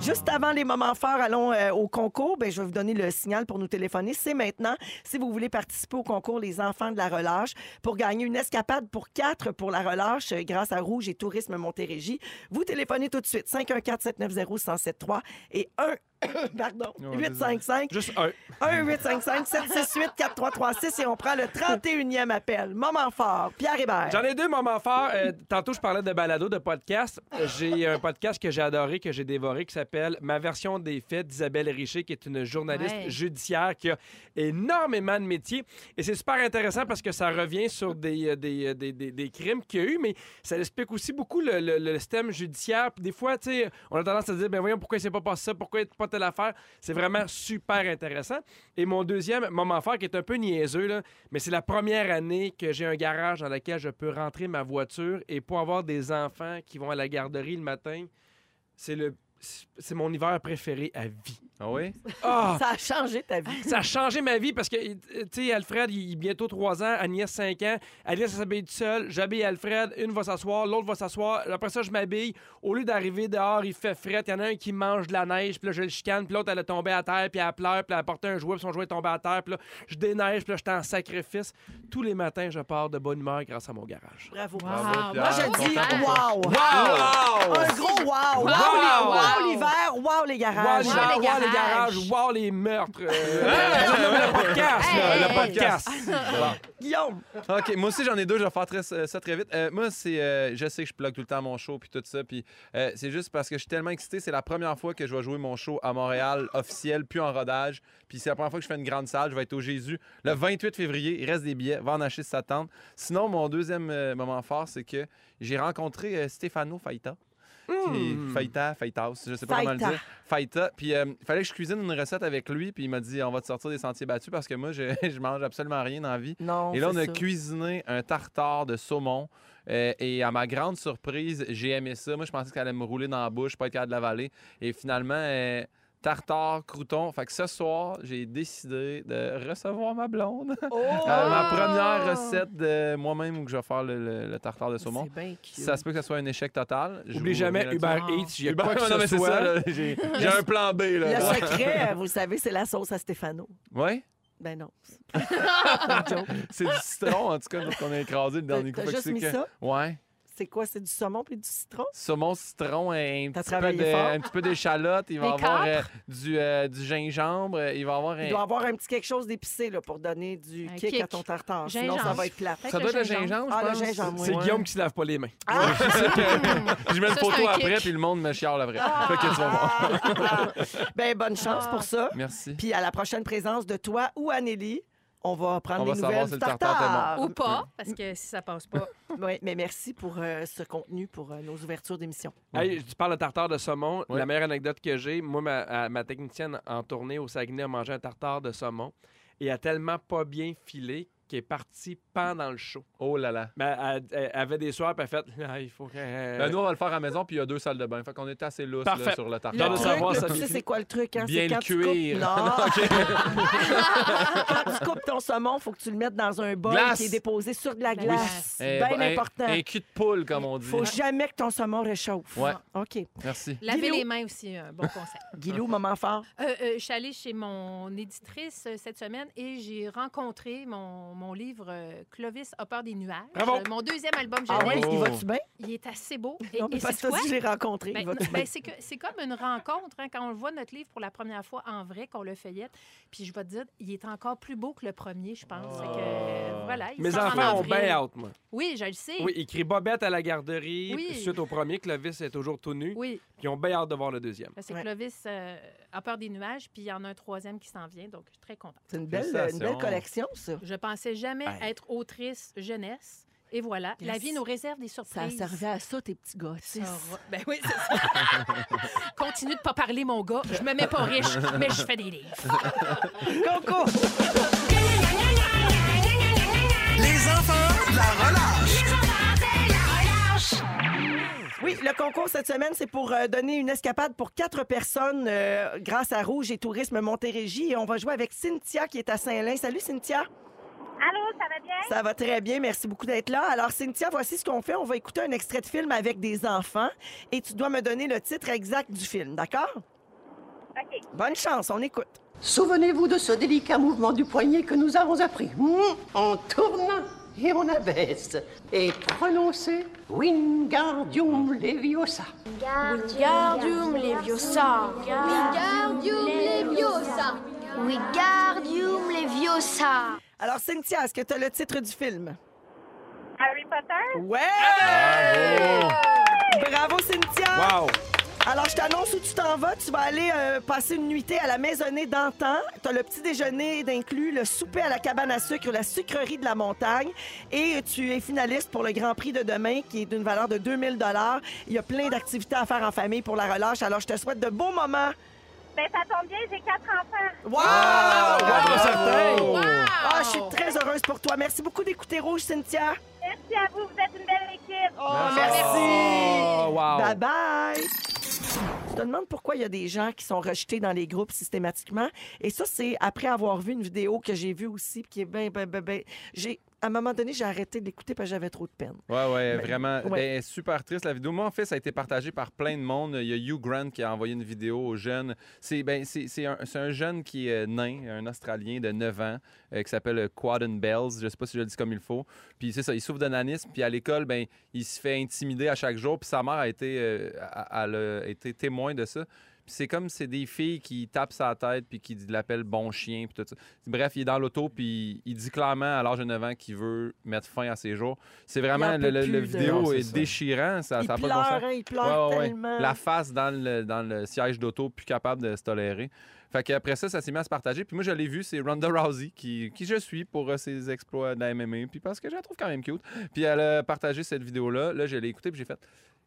Juste avant les moments forts, allons euh, au concours. Ben, je vais vous donner le signal pour nous téléphoner. C'est maintenant. Si vous voulez participer au concours Les enfants de la relâche pour gagner une escapade pour quatre pour la relâche euh, grâce à Rouge et Tourisme Montérégie, vous téléphonez tout de suite 514-790-1073 et 1 [COUGHS] pardon,
Oh,
855
Juste un.
1 855 768 4336 et on prend le 31e appel. Moment fort, Pierre Hébert.
J'en ai deux moments forts. Euh, tantôt, je parlais de balado, de podcast. J'ai un podcast que j'ai adoré, que j'ai dévoré, qui s'appelle Ma version des faits d'Isabelle Richer, qui est une journaliste
Ouais.
judiciaire qui a énormément de métiers. Et c'est super intéressant parce que ça revient sur des, euh, des, euh, des- des- des crimes qu'il y a eu, mais ça explique aussi beaucoup le, le- le système judiciaire. Puis des fois, tu sais, on a tendance à se dire, ben voyons, pourquoi il s'est pas passé ça, pourquoi il n'y a pas telle affaire. C'est vraiment super intéressant. Et mon deuxième moment fort, qui est un peu niaiseux, là, mais c'est la première année que j'ai un garage dans lequel je peux rentrer ma voiture et pour avoir des enfants qui vont à la garderie le matin, c'est le c'est mon hiver préféré à vie.
Ah oui?
Ah!
Ça a changé ta vie.
Ça a changé ma vie parce que, tu sais, Alfred, il est bientôt 3 ans, Agnès 5 ans. Agnès elle s'habille toute seule. J'habille Alfred. Une va s'asseoir, l'autre va s'asseoir. Après ça, je m'habille. Au lieu d'arriver dehors, il fait fret. Il y en a un qui mange de la neige, puis là, je le chicane, puis l'autre, elle est tombée à terre, puis elle pleure, puis elle a porté un jouet, puis son jouet est tombé à terre, puis là, je déneige, puis là, je en sacrifice. Tous les matins, je pars de bonne humeur grâce à mon garage.
Bravo. Moi,
Bravo,
je
Pierre.
dis
Content pour
wow.
Wow!
Un gros wow. Wow,
Wow.
les- wow, l'hiver, wow les
Wow,
garages.
l'hiver, wow, les
les
le garage, wow, les meurtres. euh, le podcast,
Hey,
là, le
hey,
podcast.
Guillaume!
[LAUGHS] OK, moi aussi, j'en ai deux. Je vais faire très- ça très vite. Euh, moi, c'est, euh, je sais que je plug tout le temps mon show puis tout ça. Puis euh, c'est juste parce que je suis tellement excité. C'est la première fois que je vais jouer mon show à Montréal officiel, puis en rodage. Puis c'est la première fois que je fais une grande salle. Je vais être au Jésus le 28 février. Il reste des billets. Va en acheter si ça te tente. Sinon, mon deuxième euh, moment fort, c'est que j'ai rencontré euh, Stefano Faita. Qui
Hmm.
Faita, Faitaus, je sais pas comment le
Faita.
dire. Faita. Puis euh, il fallait que je cuisine une recette avec lui. Puis il m'a dit on va te sortir des sentiers battus parce que moi, je, [LAUGHS] je mange absolument rien dans la vie.
Non,
Et là, on
c'est
a
ça.
cuisiné un tartare de saumon. euh, et à ma grande surprise, j'ai aimé ça. Moi, je pensais qu'elle allait me rouler dans la bouche, pas être capable de l'avaler. Et finalement, euh, tartare, crouton. Fait que ce soir, j'ai décidé de recevoir
[LAUGHS]
ma blonde.
Oh!
Euh, ma première recette de moi-même où je vais faire le, le- le tartare de saumon.
C'est bien cute.
Ça se peut que ce soit un échec total. Je
Oublie
vous
jamais
dirai
Uber
là-dessus.
Eats, il y a
Uber-
quoi que
[LAUGHS] non,
ce
mais c'est
soit.
ça, là, j'ai j'ai un plan B.
Le
[LAUGHS] Là.
secret, vous savez, c'est la sauce à Stéphano.
Ouais,
Ben non.
c'est du citron, en tout cas, parce qu'on a écrasé le dernier coup.
T'as
Fait que
juste
c'est
mis
que-
ça?
Ouais.
C'est quoi? C'est du saumon puis du citron?
saumon, citron, un
T'as
petit, peu
travaillé
de,
fort.
un petit peu d'échalote. Il va y
Des
avoir euh, du, euh, du gingembre. euh, Il va y avoir un...
Il doit avoir un petit quelque chose d'épicé là, pour donner du
Un
kick,
kick.
à ton tartare. Sinon,
Gingembre.
ça va être plat.
Peut-être
Ça doit être le gingembre, je
Ah, le
pense.
gingembre, oui.
C'est Guillaume qui se lave pas les mains.
Ah,
[LAUGHS] Je mets
Ça,
le
c'est
photo
un
après,
kick.
puis le monde me chiale après.
Ah!
Fait que tu vas voir.
ben, bonne chance pour
Ah.
ça.
Merci.
Puis à la prochaine présence de toi ou Anélie, on va prendre
On va
des
savoir
nouvelles
si
du
le tartare
tartare.
Ou pas, parce que si ça passe pas.
Oui, mais merci pour euh, ce contenu, pour euh, nos ouvertures d'émission.
Hey, tu parles de tartare de saumon.
Ouais.
La meilleure anecdote que j'ai, moi, ma, à- ma technicienne en tournée au Saguenay a mangé un tartare de saumon et a tellement pas bien filé qu'elle est partie pendant le show.
Oh là là.
Mais elle, elle- elle avait des soirs, puis elle a fait, Ah, il faut que...
Ben, nous, on va le faire à la maison, puis il y a deux salles de bain. Fait qu'on était assez lousses là,
Parfait.
sur le
J'ai
tartare.
hâte de
truc,
savoir,
là,
ça
tu sais
finit.
c'est quoi le truc? Hein?
Bien
C'est
le
quand tu
cuire.
coupes- Non.
[LAUGHS]
quand tu coupes ton saumon, faut que tu le mettes dans un bol
Glace.
qui est déposé sur de la
Ben,
glace.
Eh,
Bien
un-
important.
Un cul de poule, comme on dit.
faut jamais que ton saumon réchauffe.
Ouais.
OK.
Merci.
Laver
Guilou.
les mains aussi, un bon conseil.
Guilou, moment fort.
Euh, euh, je suis allée chez mon éditrice euh, cette semaine et j'ai rencontré mon, mon livre euh, Clovis a peur des nuages.
Bravo.
Euh, mon deuxième album
Ah ouais,
jeunesse.
Oh.
il va-tu bien?
Il est assez beau. Et,
Non,
et
mais parce
c'est
que
quoi?
si je l'ai rencontré, il
Ben,
va-tu
non, ben, c'est que- c'est comme une rencontre. hein, quand on voit notre livre pour la première fois en vrai, qu'on le feuillette, puis je vais te dire, il est encore plus beau que le premier, je pense. Fait que, euh, voilà, il
Ah. Mes
sort en
enfants ont
avril.
bien hâte, moi.
Oui, je le sais.
Oui, ils crient Bobette à la garderie.
Oui.
Suite au premier, Clovis est toujours tout nu.
Oui,
Ils ont bien hâte de voir le deuxième.
là, c'est
Ouais.
Clovis euh, a peur des nuages, puis il y en a un troisième qui s'en vient, donc je suis très contente.
C'est une belle, une
Félicitations.
belle collection, ça.
Je pensais jamais
Ben.
être autrice jeunesse. Et voilà,
Yes.
la vie nous réserve des surprises.
Ça servait à ça, tes petits gars.
Ça va- Ben oui, c'est ça.
[LAUGHS]
Continue de pas parler, mon gars. Je me mets pas riche, mais je fais des livres.
Coco!
Les enfants de la relâche.
Oui, le concours cette semaine, c'est pour euh, donner une escapade pour quatre personnes euh, grâce à Rouge et Tourisme Montérégie. Et on va jouer avec Cynthia qui est à Saint-Lin. Salut Cynthia!
Allô, ça va bien?
Ça va très bien, merci beaucoup d'être là. Alors Cynthia, voici ce qu'on fait. On va écouter un extrait de film avec des enfants et tu dois me donner le titre exact du film, d'accord?
OK.
Bonne chance, on écoute.
Souvenez-vous de ce délicat mouvement du poignet que nous avons appris. Hmm, On tourne et on abaisse. Et prononcez Wingardium Leviosa.
Wingardium Leviosa. Wingardium Leviosa. Wingardium Leviosa.
Alors Cynthia, est-ce que tu as le titre du film?
Harry Potter?
Ouais! Bravo Cynthia!
Wow!
Alors, je t'annonce où tu t'en vas. Tu vas aller euh, passer une nuitée à la maisonnée d'antan. Tu as le petit déjeuner d'inclus, le souper à la cabane à sucre, la sucrerie de la montagne. Et tu es finaliste pour le Grand Prix de demain, qui est d'une valeur de 2000 Il y a plein d'activités à faire en famille pour la relâche. Alors, je te souhaite de beaux moments.
Ben, ça tombe bien, j'ai quatre enfants.
Wow!
bravo, certain!
Ah, je suis très heureuse pour toi. Merci beaucoup d'écouter Rouge, Cynthia.
Merci à vous, vous êtes une belle équipe.
Oh, wow!
Bye bye. Je te demande pourquoi il y a des gens qui sont rejetés dans les groupes systématiquement. Et ça, c'est après avoir vu une vidéo que j'ai vue aussi, puis qui est ben, ben, ben, ben. J'ai, à un moment donné, j'ai arrêté de l'écouter parce que j'avais trop de peine.
Ouais, ouais,
Mais-
vraiment.
ouais.
Ben, elle est super triste la vidéo. Moi, en fait, ça a été partagé par plein de monde. Il y a Hugh Grant qui a envoyé une vidéo aux jeunes. C'est ben, c'est- c'est un, c'est un jeune qui est euh, nain, un Australien de 9 ans, euh, qui s'appelle euh, Quaden Bells. Je sais pas si je le dis comme il faut. Puis c'est ça, il souffre d'ananisme. Puis à l'école, ben, il se fait intimider à chaque jour. Puis sa mère a été, euh, a- a- elle a été témoin de ça. Puis c'est comme c'est des filles qui tapent sa tête puis qui l'appellent bon chien puis tout ça. Bref, il est dans l'auto puis il dit clairement à l'âge de 9 ans qu'il veut mettre fin à ses jours. C'est
Il
vraiment
en
le,
peut
le-
plus
le
de-
vidéo
Non, c'est
est,
ça.
déchirant, Ah, ça
il
ça a pas de bon sens.
pleure, hein, il pleure
Ouais, ouais, ouais.
tellement.
La face dans le, dans le siège d'auto, plus capable de se tolérer. Fait qu'après ça, ça s'est mis à se partager. Puis moi, je l'ai vu, c'est Ronda Rousey, qui, qui je suis pour euh, ses exploits de la MMA, puis parce que je la trouve quand même cute. Puis elle a partagé cette vidéo-là. Là, je l'ai écoutée, puis j'ai fait...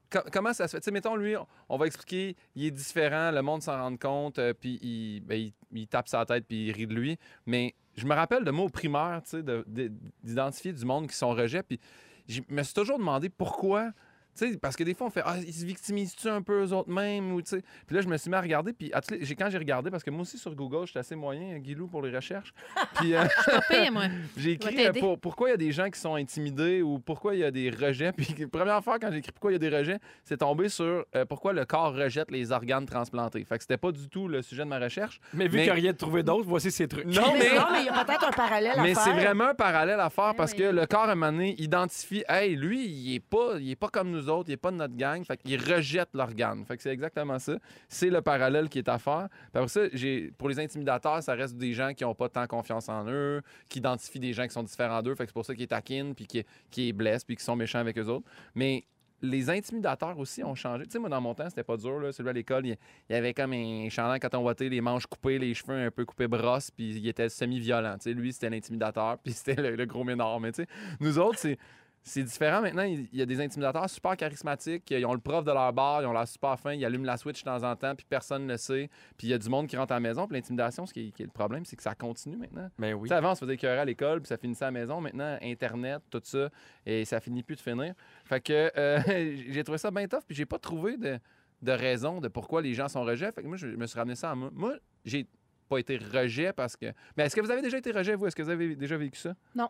Co- Comment ça se fait? Tu sais, mettons, lui, on- on va expliquer, il est différent, le monde s'en rend compte, euh, puis il, ben, il- il tape sa tête, puis il rit de lui. Mais je me rappelle de mots primaires, tu sais, de- de- d'identifier du monde qui sont rejet, puis je me suis toujours demandé pourquoi tu sais, parce que des fois, on fait Ah, ils se victimisent-tu un peu eux-mêmes ou tu sais. Puis là, je me suis mis à regarder. Puis à tous les- j'ai- quand j'ai regardé, parce que moi aussi sur Google, j'étais assez moyen, euh, Guilou, pour les recherches. Puis euh,
Pire, moi.
j'ai
va
écrit euh,
t'aider.
pour- pourquoi il y a des gens qui sont intimidés ou pourquoi il y a des rejets. Puis la première fois, quand j'ai écrit pourquoi il y a des rejets, c'est tombé sur euh, pourquoi le corps rejette les organes transplantés. Fait que c'était pas du tout le sujet de ma recherche.
Mais vu
Mais-
qu'il n'y a rien de trouvé d'autre, voici ces trucs.
Non,
[LAUGHS]
Mais,
mais.
non, mais il y a peut-être un parallèle
Mais
à
c'est
faire. Ben
vraiment un parallèle à faire parce
oui.
que le corps, à un moment donné, identifie, hey, lui, il est pas, il est pas comme nous autres, il est pas de notre gang, fait qu'il rejette l'organe. Fait que c'est exactement ça. C'est le parallèle qui est à faire. Puis après ça, j'ai, pour les intimidateurs, ça reste des gens qui ont pas tant confiance en eux, qui identifient des gens qui sont différents d'eux. Fait que c'est pour ça qu'ils taquinent, puis qui, qui les blessent, puis qui sont méchants avec eux autres. Mais les intimidateurs aussi ont changé. Tu sais, moi, dans mon temps, c'était pas dur. Là. Celui à l'école, il, il avait comme un chandail coton watté, les manches coupées, les cheveux un peu coupés brosse, puis il était semi-violent. Tu sais, lui, c'était l'intimidateur, [LAUGHS] puis c'était le, le gros ménard. Mais tu sais, nous autres, c'est... C'est différent maintenant. Il il y a des intimidateurs super charismatiques. Ils ont le prof de leur bar, ils ont l'air super fin, ils allument la switch de temps en temps, puis personne ne le sait. Puis il y a du monde qui rentre à la maison. Puis l'intimidation, ce qui est, qui est le problème, c'est que ça continue maintenant.
Mais oui.
Tu sais, Avant, on se faisait écœurer à l'école, puis ça finissait à la maison. Maintenant, Internet, tout ça, et ça finit plus de finir. Fait que euh, [LAUGHS] j'ai trouvé ça bien tough, puis j'ai pas trouvé de, de raison de pourquoi les gens sont rejets. Fait que moi, je me suis ramené ça à moi. Moi, j'ai pas été rejet parce que. Mais est-ce que vous avez déjà été rejet, vous? Est-ce que vous avez déjà vécu ça?
Non.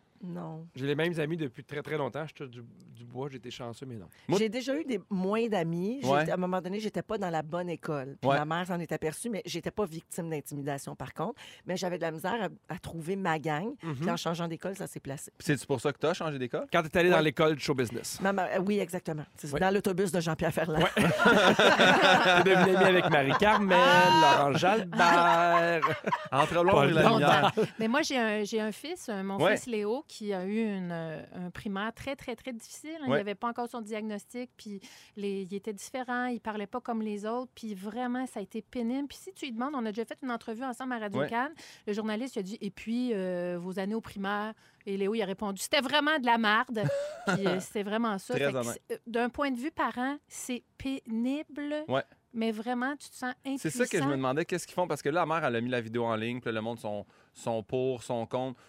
J'ai les mêmes amis depuis très, très longtemps. Je touche du, du bois, j'étais chanceux, mais non.
Moi-
J'ai déjà eu des moins d'amis. J'ai-
Ouais.
À un moment donné, j'étais pas dans la bonne école. Puis
Ouais.
Ma mère s'en est aperçue, mais j'étais pas victime d'intimidation par contre. Mais j'avais de la misère à, à trouver ma gang.
Mhm.
Puis en changeant d'école, ça s'est placé.
Puis c'est-tu pour ça que t'as changé d'école?
Quand t'es allé
Ouais.
dans l'école du show business,
Ma mère- euh, oui, exactement. C'est
Ouais.
Dans l'autobus de Jean-Pierre Ferland.
[LAUGHS] t'es devenu ami avec Marie-Carmen, Laurent Jalbert.
Entre Blanc
Pas
et la
longtemps.
lumière.
Mais moi, j'ai un, j'ai un fils, euh, mon
Ouais.
fils Léo, qui a eu une, euh, un primaire très, très, très difficile. hein. Il
Ouais.
n'avait pas encore son diagnostic, puis les, il était différent, il parlait pas comme les autres, puis vraiment, ça a été pénible. Puis si tu lui demandes, on a déjà fait une entrevue ensemble à radio
Ouais.
cannes le journaliste il a dit « Et puis, euh, vos années au primaire? » Et Léo, il a répondu « C'était vraiment de la marde. » Puis euh, c'était vraiment ça.
Très
Fait que
honnête.
c'est- euh, D'un point de vue parent, c'est pénible,
Ouais.
mais vraiment, tu te sens impuissant.
C'est ça que je me demandais, qu'est-ce qu'ils font? Parce que là, la mère, elle a mis la vidéo en ligne, puis là, le monde sont, sont pour, sont contre.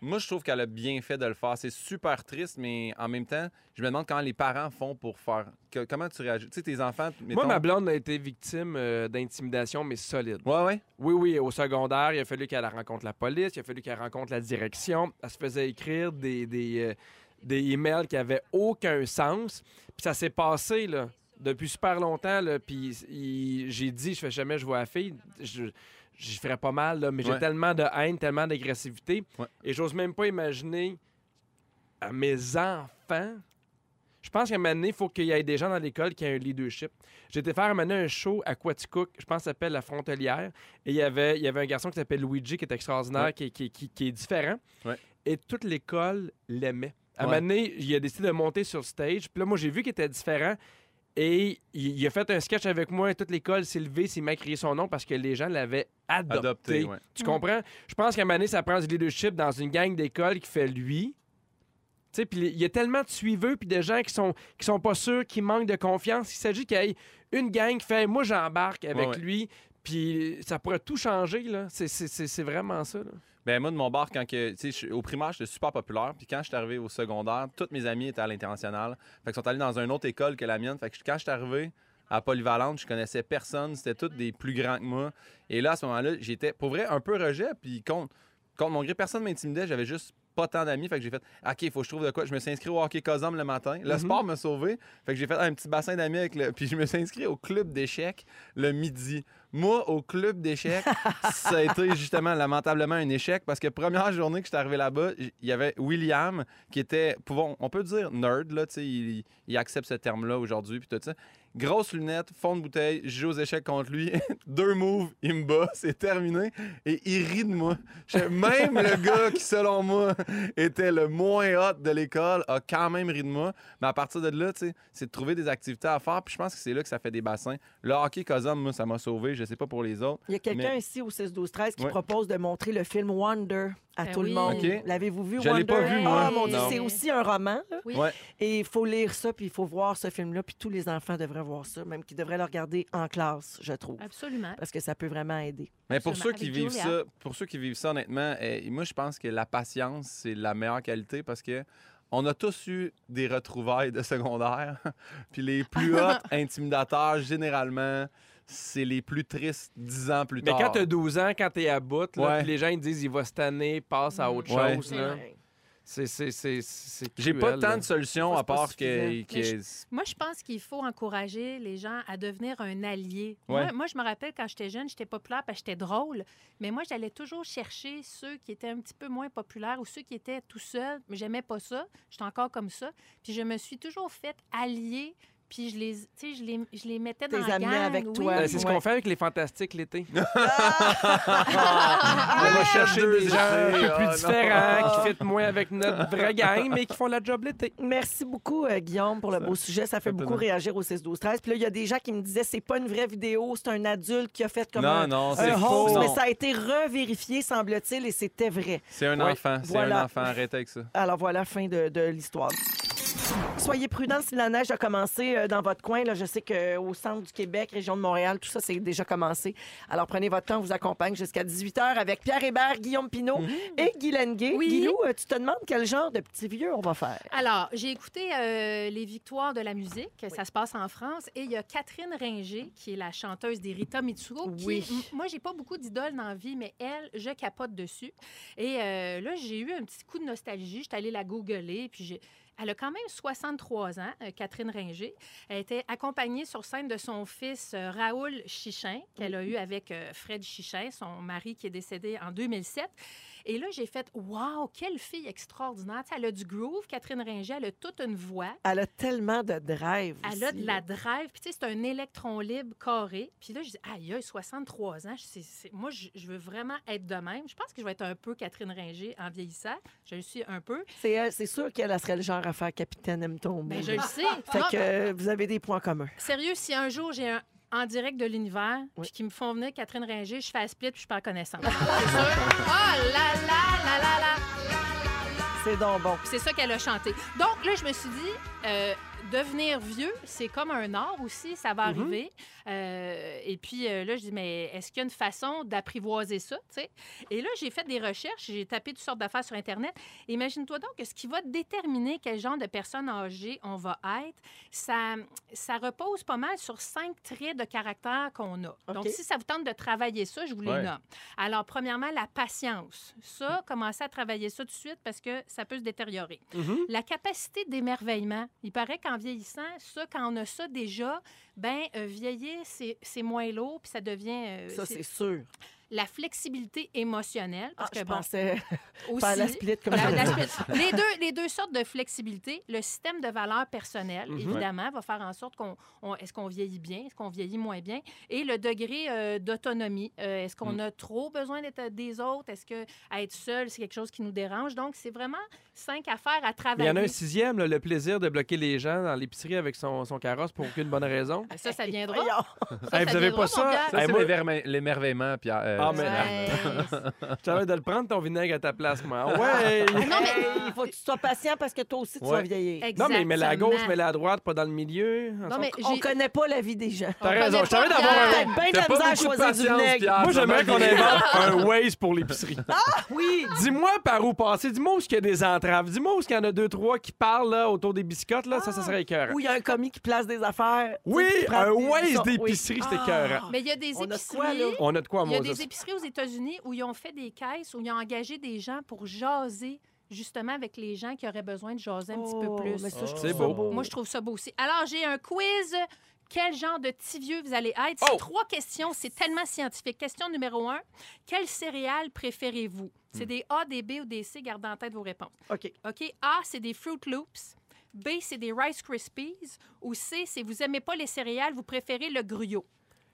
Moi, je trouve qu'elle a bien fait de le faire. C'est super triste, mais en même temps, je me demande comment les parents font pour faire. que- comment tu réagis? Tu sais, tes enfants,
Moi,
mettons-
ma blonde a été victime euh, d'intimidation, mais solide.
Ouais, ouais.
Oui, oui, au secondaire, il a fallu qu'elle rencontre la police, il a fallu qu'elle rencontre la direction. Elle se faisait écrire des, des, euh, des emails qui n'avaient aucun sens. Puis ça s'est passé, là, depuis super longtemps, là. Puis il- j'ai dit, je fais jamais, je vois la fille. Je, je ferais pas mal, là, mais j'ai
Ouais.
tellement de haine, tellement d'agressivité.
Ouais.
Et j'ose même pas imaginer à mes enfants. Je pense qu'à un moment donné, il faut qu'il y ait des gens dans l'école qui aient un leadership. J'étais faire à un moment donné un show à Quaticook, je pense que ça s'appelle La Frontelière. Et il y avait, il y avait un garçon qui s'appelle Luigi, qui est extraordinaire,
Ouais.
qui, qui- qui- qui est différent.
Ouais.
Et toute l'école l'aimait. À un
Ouais.
moment donné, il a décidé de monter sur stage. Puis là, moi, j'ai vu qu'il était différent. Et il, il a fait un sketch avec moi. Et toute l'école s'est levée, s'est mis à crier son nom parce que les gens l'avaient adopté.
Adopté, ouais.
Tu comprends? Je pense qu'à un moment donné, ça prend du leadership dans une gang d'école qui fait lui. Tu sais, puis il y a tellement de suiveux puis de gens qui sont qui sont pas sûrs, qui manquent de confiance. Il s'agit qu'il y ait une gang qui fait moi j'embarque avec
Ouais, ouais.
lui, puis ça pourrait tout changer là. C'est- C'est c'est- c'est vraiment ça. là.
Ben moi de mon bar quand que tu sais je- au primaire j'étais super populaire puis quand je suis arrivé au secondaire toutes mes amies étaient à l'international fait qu'ils sont allés dans une autre école que la mienne fait que quand je suis arrivé à Polyvalente je connaissais personne c'était tous des plus grands que moi et là à ce moment-là j'étais pour vrai un peu rejet puis contre contre mon gré personne m'intimidait j'avais juste pas tant d'amis fait que j'ai fait ok il faut que je trouve de quoi je me suis inscrit au hockey Cosum le matin le
Mhm.
sport m'a sauvé fait que j'ai fait un petit bassin d'amis avec le... puis je me suis inscrit au club d'échecs le midi moi au club d'échecs ça a été justement lamentablement un échec parce que première journée que j'étais arrivé là-bas, j- il y avait William qui était, pouvons, on peut dire nerd, là, tu sais, il, il accepte ce terme-là aujourd'hui, puis tout ça, Grosse lunette, fond de bouteille, je joue aux échecs contre lui. [LAUGHS] Deux moves, il me bat, [LAUGHS] c'est terminé. Et il rit de moi. Je- Même le gars qui, selon moi, [LAUGHS] était le moins hot de l'école a quand même ri de moi. Mais à partir de là, tu sais, c'est de trouver des activités à faire. Puis je pense que c'est là que ça fait des bassins. Le hockey Kazan, moi, ça m'a sauvé. Je sais pas pour les autres.
Il y a quelqu'un
Mais-
ici au 6-12-13 qui
Ouais.
propose de montrer le film Wonder à
Ben
tout
oui.
le monde.
OK.
L'avez-vous vu,
Je
Wonder?
l'ai pas vu,
Ah,
moi.
mon Dieu,
Non.
c'est aussi un roman. là.
Oui.
Ouais.
Et il faut lire ça, puis il faut voir ce film-là. Puis tous les enfants devraient voir ça, même qu'ils devraient le regarder en classe, je trouve.
Ah. Absolument.
Parce que ça peut vraiment aider.
Mais pour ceux
Absolument.
qui
Avec
vivent
Julia.
ça, pour ceux qui vivent ça honnêtement, euh, moi je pense que la patience c'est la meilleure qualité parce que on a tous eu des retrouvailles de secondaire, [LAUGHS] puis les plus hauts intimidateurs généralement, c'est les plus tristes dix ans plus
Mais
tard.
quand t'as 12 ans, quand t'es à bout, là,
Ouais.
puis les gens ils disent il va se tanner, passe à autre
Ouais.
chose. là. C'est, c'est, c'est, c'est
J'ai pas
cruel,
tant
là.
de solutions
Ça,
à
c'est pas
part que,
suffisant.
que-
Mais Moi, je pense qu'il faut encourager les gens à devenir un allié.
Ouais.
Moi, moi, je me rappelle quand j'étais jeune, j'étais populaire parce que j'étais drôle. Mais moi, j'allais toujours chercher ceux qui étaient un petit peu moins populaires ou ceux qui étaient tout seuls. Mais j'aimais pas ça. J'étais encore comme ça. Puis je me suis toujours faite allier. Puis je les, tu sais, je les, je les mettais dans
T'es
la
amenée
gang.
avec
oui.
toi.
Euh, c'est ce
Ouais.
qu'on fait avec les fantastiques l'été.
Ah!
Ah,
on va
Chercher
chercher
des
des
gens un peu
idées.
plus
Ah, non.
différents, qui fitent moins avec notre vraie gang, mais qui font la job l'été.
Merci beaucoup, euh, Guillaume, pour le beau sujet. Ça fait
plaisir.
beaucoup réagir au 6-12-13. Puis là, il y a des gens qui me disaient c'est pas une vraie vidéo, c'est un adulte qui a fait comme
Non,
un,
non,
un
c'est
hoax,
faux.
mais
Non.
ça a été revérifié, semble-t-il, et c'était vrai.
c'est un
Ouais,
enfant, c'est
voilà.
un enfant, arrêtez avec ça.
Alors voilà, fin de, de l'histoire. Soyez prudents si la neige a commencé euh, dans votre coin. Là, je sais qu'au centre du Québec, région de Montréal, tout ça, c'est déjà commencé. Alors prenez votre temps, on vous accompagne jusqu'à 18h avec Pierre Hébert, Guillaume Pinault
Mmh.
et Guy Lenguet.
Oui.
Guilou, euh, tu te demandes quel genre de petit vieux on va faire?
Alors, j'ai écouté euh, les victoires de la musique. Ça se passe en France. Et il y a Catherine Ringer, qui est la chanteuse des Rita Mitsuko. qui-
Oui.
m- moi, j'ai pas beaucoup d'idoles dans la vie, mais elle, je capote dessus. Et euh, là, j'ai eu un petit coup de nostalgie. J'étais allée la googler, puis j'ai... Elle a quand même 63 ans, euh, Catherine Ringer. Elle était accompagnée sur scène de son fils euh, Raoul Chichin, qu'elle a eu avec euh, Fred Chichin, son mari qui est décédé en 2007. Et là, j'ai fait Waouh, quelle fille extraordinaire! Tu sais, elle a du groove, Catherine Ringer, elle a toute une voix.
Elle a tellement de drive.
Elle a de la drive. Puis, tu sais, c'est un électron libre carré. Puis là, je dis, aïe, aïe, 63 ans. je- c'est- c'est- moi, je, je veux vraiment être de même. Je pense que je vais être un peu Catherine Ringer en vieillissant. Je le suis un peu.
C'est, elle- c'est sûr qu'elle elle serait le genre à faire Capitaine M. Tombeau.
Mais Ben, je le sais.
Ben Fait
Non,
que euh, vous avez des points communs.
Sérieux, si un jour j'ai un en direct de l'univers,
Oui.
puis qu'ils me font venir Catherine Ringer, je fais un split, puis je perds
[LAUGHS]
connaissance. C'est sûr. Ah là là là là là!
C'est donc bon.
Puis c'est ça qu'elle a chanté. Donc là, je me suis dit, euh, devenir vieux, c'est comme un art aussi, ça va arriver. Euh, et puis euh, là, je dis, mais est-ce qu'il y a une façon d'apprivoiser ça? tu sais? Et là, j'ai fait des recherches, j'ai tapé toutes sortes d'affaires sur Internet. Imagine-toi donc que ce qui va déterminer quel genre de personne âgée on va être, ça, ça repose pas mal sur cinq traits de caractère qu'on a. Donc,
OK.
si ça vous tente de travailler ça, je vous les
Ouais.
nomme. Alors, premièrement, la patience. Ça, commencez à travailler ça tout de suite parce que ça peut se détériorer.
Mm-hmm.
La capacité d'émerveillement. Il paraît qu'en vieillissant, ça, quand on a ça déjà, ben euh, vieillir, c'est c'est moins lourd, puis ça devient... euh,
Ça,
c'est-
c'est sûr.
La flexibilité émotionnelle.
Ah,
Parce
je
que, bon,
pensais
aussi...
faire la split comme
La-
[LAUGHS]
ça.
la split- les, deux, les deux sortes de flexibilité, le système de valeurs personnelles,
Mhm.
évidemment, va faire en sorte qu'on. on- Est-ce qu'on vieillit bien? Est-ce qu'on vieillit moins bien? Et le degré euh, d'autonomie. Euh, Est-ce
Mhm.
qu'on a trop besoin d'être euh, des autres? Est-ce que être seul, c'est quelque chose qui nous dérange? Donc, c'est vraiment cinq affaires à
Mais
travailler.
il y en a un sixième, là, le plaisir de bloquer les gens dans l'épicerie avec son, son carrosse pour aucune bonne
[LAUGHS]
raison.
Ça, ça viendra.
Voyons.
Ça,
Hey,
ça
vous avez
viendra,
pas
mon
ça?
Pierre.
Ça,
Hey,
c'est
moi-
l'éverme- l'émerveillement, Pierre. euh,
Ah, mais-
Ouais.
Tu as de le prendre, ton vinaigre, à ta place,
Ah.
moi. Ouais!
non,
Hey,
mais-
[LAUGHS] Il faut que tu sois patient parce que toi aussi, tu
Ouais.
vas vieillir.
[LAUGHS] Non, mais mets-la à gauche,
Exactement.
mets-la à droite, pas dans le milieu.
Non, mais
On
j'ai-
connaît pas la vie des gens.
T'as
on
raison.
connaît
Je t'avais
pas
d'avoir
Pierre.
Peut-être bien de la
T'as
misère
pas
à
beaucoup de
choisir du
patience,
vinaigre.
Pierre,
Moi,
ça
j'aimerais
m'a
qu'on
dit.
[LAUGHS]
invente un Waze pour l'épicerie.
[LAUGHS] Oui!
Dis-moi par où passer. Dis-moi où est-ce qu'il y a des entraves. Dis-moi où est-ce qu'il y en a deux, trois qui parlent là, autour des biscottes. Là. Ça,
Ah,
ça serait écœurant.
Où il y a un commis qui place des affaires.
Oui,
Tu sais, qui prend
un
des-
Waze
ça, Ah.
d'épicerie, c'est écœurant.
Mais il y a des
On a de quoi,
épiceries.
là?
On a de quoi,
Il y
moi,
a des
ça.
épiceries aux États-Unis où ils ont fait des caisses, où ils ont engagé des gens pour jaser, justement, avec les gens qui auraient besoin de jaser un petit peu
Oh,
plus.
mais ça, je trouve
C'est
ça
beau.
Moi, je trouve ça beau aussi. Alors, j'ai un quiz. Quel genre de petit vieux vous allez être? C'est
Oh!
trois questions. C'est tellement scientifique. Question numéro un. Quelle céréale
Hmm.
préférez-vous? C'est des A, des B ou des C. Gardez en tête vos réponses.
OK.
OK? A, c'est des Fruit Loops. B, c'est des Rice Krispies. Ou C, c'est vous aimez pas les céréales, vous préférez le gruyot.